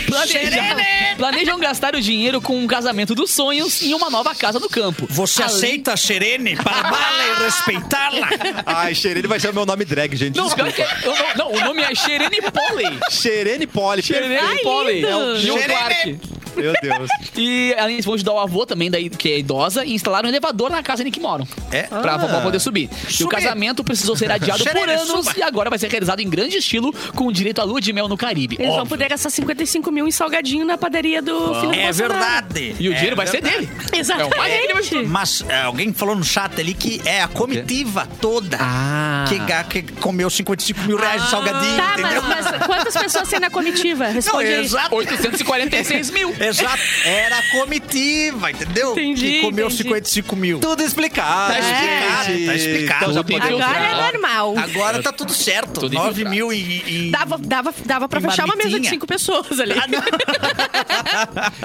Speaker 1: Planejam, planejam gastar o dinheiro com um casamento dos sonhos e uma nova casa no campo.
Speaker 4: Você
Speaker 1: Além-
Speaker 4: aceita a Serene para amá-la e É respeitá-la?
Speaker 2: ai, Xerene vai ser o meu nome drag, gente.
Speaker 1: Não, pior
Speaker 2: Desculpa.
Speaker 1: que- eu não, não, o nome é Xerene Pollen.
Speaker 2: Xerene Poli.
Speaker 1: Xerene Pollen.
Speaker 3: lindo.
Speaker 1: É o Gil
Speaker 2: Xerene.
Speaker 1: Clark.
Speaker 2: Meu Deus.
Speaker 1: E além disso, vão ajudar o avô também, daí, que é idosa, e instalaram um elevador na casa em que moram.
Speaker 4: É?
Speaker 1: Pra vovó poder subir. E o
Speaker 4: Subir.
Speaker 1: casamento precisou ser adiado por
Speaker 4: Xerene,
Speaker 1: anos
Speaker 4: suba.
Speaker 1: e agora vai ser realizado em grande estilo, com direito à lua de mel no Caribe.
Speaker 3: Eles vão
Speaker 1: Óbvio.
Speaker 3: poder gastar 55 mil em salgadinho na padaria do filho do
Speaker 4: É
Speaker 3: Bolsonaro.
Speaker 4: verdade.
Speaker 1: E o
Speaker 4: É
Speaker 1: dinheiro vai ser
Speaker 4: verdade.
Speaker 1: dele.
Speaker 3: Exatamente.
Speaker 4: Mas é, alguém falou no chat ali que é a comitiva toda
Speaker 1: Ah.
Speaker 4: que, ga- que comeu 55 mil reais de salgadinho,
Speaker 3: Tá,
Speaker 4: entendeu?
Speaker 3: mas, é mas quantas pessoas tem na comitiva?
Speaker 4: Não,
Speaker 3: Responde aí.
Speaker 4: exato.
Speaker 1: 846 mil.
Speaker 4: Exato. Era a comitiva, entendeu?
Speaker 3: Entendi,
Speaker 4: que comeu
Speaker 3: entendi.
Speaker 4: 55 mil.
Speaker 2: Tudo explicado.
Speaker 4: Tá explicado,
Speaker 2: gente.
Speaker 4: tá explicado.
Speaker 2: Então já
Speaker 1: Tudo
Speaker 2: podemos
Speaker 1: explicado.
Speaker 3: Agora
Speaker 1: Deus,
Speaker 3: é normal.
Speaker 4: Agora tá tudo certo.
Speaker 1: Tudo
Speaker 4: 9
Speaker 1: infiltrado.
Speaker 4: mil e. e-
Speaker 3: Dava, dava, dava pra
Speaker 4: Tem Tá
Speaker 3: fechar uma mesa de
Speaker 4: marmitinha?
Speaker 3: cinco pessoas ali.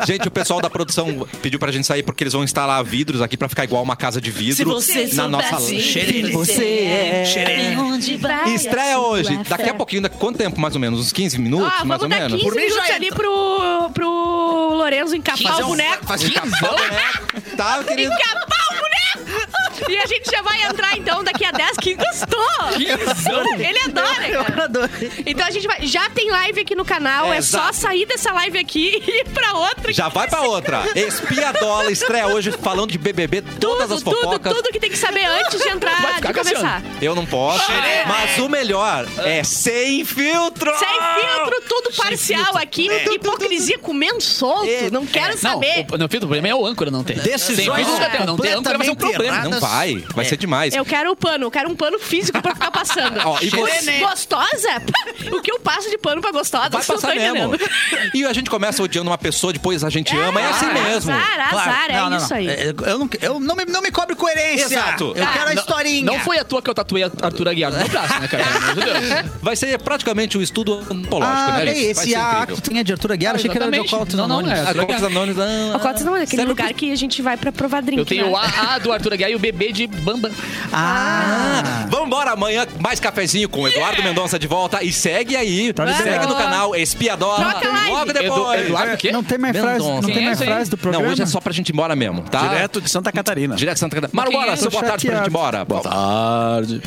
Speaker 2: Gente, o pessoal da produção pediu pra gente sair porque eles vão instalar vidros aqui pra ficar igual uma casa de vidro na nossa
Speaker 3: assim.
Speaker 2: lancha.
Speaker 4: Xerene.
Speaker 8: Você é.
Speaker 3: um
Speaker 4: Xerene.
Speaker 8: Onde vai?
Speaker 2: Estreia hoje, daqui a pouquinho, daqui, quanto tempo mais ou menos? Uns 15 minutos,
Speaker 3: Ah,
Speaker 2: mais
Speaker 3: vamos
Speaker 2: ou
Speaker 3: dar
Speaker 2: menos?
Speaker 3: 15
Speaker 4: Por mim já
Speaker 3: minutos
Speaker 4: entra.
Speaker 3: ali pro, pro Lorenzo encapar
Speaker 4: Fazer
Speaker 3: o
Speaker 4: um-
Speaker 3: boneco.
Speaker 4: fazer-
Speaker 2: Tá, querido.
Speaker 3: Encapar o boneco! E a gente já vai entrar então daqui a 10, que gostou! Ele adora, cara. Então a gente vai. Já tem live aqui no canal, é, só
Speaker 2: Exato.
Speaker 3: sair dessa live aqui e ir pra outra.
Speaker 2: Já vai pra outra. Espiadola estreia hoje falando de BBB, todas
Speaker 3: tudo,
Speaker 2: as
Speaker 3: tudo,
Speaker 2: fofocas.
Speaker 3: tudo que tem que saber antes de entrar, de começar.
Speaker 2: Eu não posso, mas o melhor é sem filtro.
Speaker 3: Sem filtro, tudo parcial aqui. Hipocrisia comendo solto. Não
Speaker 2: É,
Speaker 3: quero
Speaker 1: Não,
Speaker 3: saber.
Speaker 1: o, não, Pedro, o problema é o âncora não ter.
Speaker 4: Decisões
Speaker 1: Tem vídeo que até não ter âncora vai ser um
Speaker 4: completamente
Speaker 1: problema.
Speaker 4: erradas.
Speaker 2: Não vai, vai
Speaker 4: É.
Speaker 2: ser demais.
Speaker 3: Eu quero o pano, eu quero um pano físico pra ficar passando.
Speaker 2: Ó, e você-
Speaker 3: Gostosa? O que eu passo de pano pra gostosa?
Speaker 2: Vai
Speaker 3: Vocês não
Speaker 2: passar
Speaker 3: estão
Speaker 2: mesmo.
Speaker 3: entendendo.
Speaker 2: E a gente começa odiando uma pessoa, depois a gente ama, é assim mesmo.
Speaker 3: Azar, azar,
Speaker 4: Claro. Não,
Speaker 3: é
Speaker 4: não,
Speaker 3: isso
Speaker 4: não.
Speaker 3: aí.
Speaker 4: É, Eu não, eu não, me, não me cobre coerência.
Speaker 2: Exato.
Speaker 4: Eu
Speaker 2: Ah,
Speaker 4: quero a historinha.
Speaker 1: Não foi à toa que eu tatuei a- Arthur Aguiar no meu braço, né, cara? Meu Deus.
Speaker 2: Vai ser praticamente um estudo antológico,
Speaker 4: Ah,
Speaker 2: né,
Speaker 4: olha
Speaker 2: gente?
Speaker 4: aí,
Speaker 2: Vai
Speaker 4: esse
Speaker 2: ser
Speaker 4: A
Speaker 2: incrível.
Speaker 4: que tinha de Arthur Aguiar, achei que era de
Speaker 1: Exatamente.
Speaker 4: Alcoólatras
Speaker 1: Não, não,
Speaker 4: Anônimos.
Speaker 1: é.
Speaker 2: A Cox Anônimos,
Speaker 3: A
Speaker 2: ah,
Speaker 3: Cotas não é aquele lugar que a gente vai pra provar drink.
Speaker 1: Eu tenho o
Speaker 3: né?
Speaker 1: AA do Arthur Aguiar e o BB de Bamba.
Speaker 4: Ah,
Speaker 2: Vambora amanhã, mais cafezinho com Eduardo Mendonça de volta. E segue aí, segue
Speaker 7: liberado.
Speaker 2: no canal Espiadola.
Speaker 3: Troca a live.
Speaker 2: Logo depois.
Speaker 1: Edu- Eduardo o quê?
Speaker 7: Não tem mais frase, não
Speaker 2: Mendonça.
Speaker 1: Quem
Speaker 7: tem
Speaker 1: é
Speaker 7: mais
Speaker 1: isso aí?
Speaker 7: frase do
Speaker 2: Não,
Speaker 7: programa.
Speaker 2: hoje é só pra gente ir embora mesmo, tá?
Speaker 5: Direto de Santa Catarina.
Speaker 2: Direto de Santa Catarina. Mário
Speaker 1: Quem é?
Speaker 2: Bora,
Speaker 1: Tô
Speaker 2: boa tarde pra
Speaker 7: chateado.
Speaker 2: gente ir embora. Boa tarde.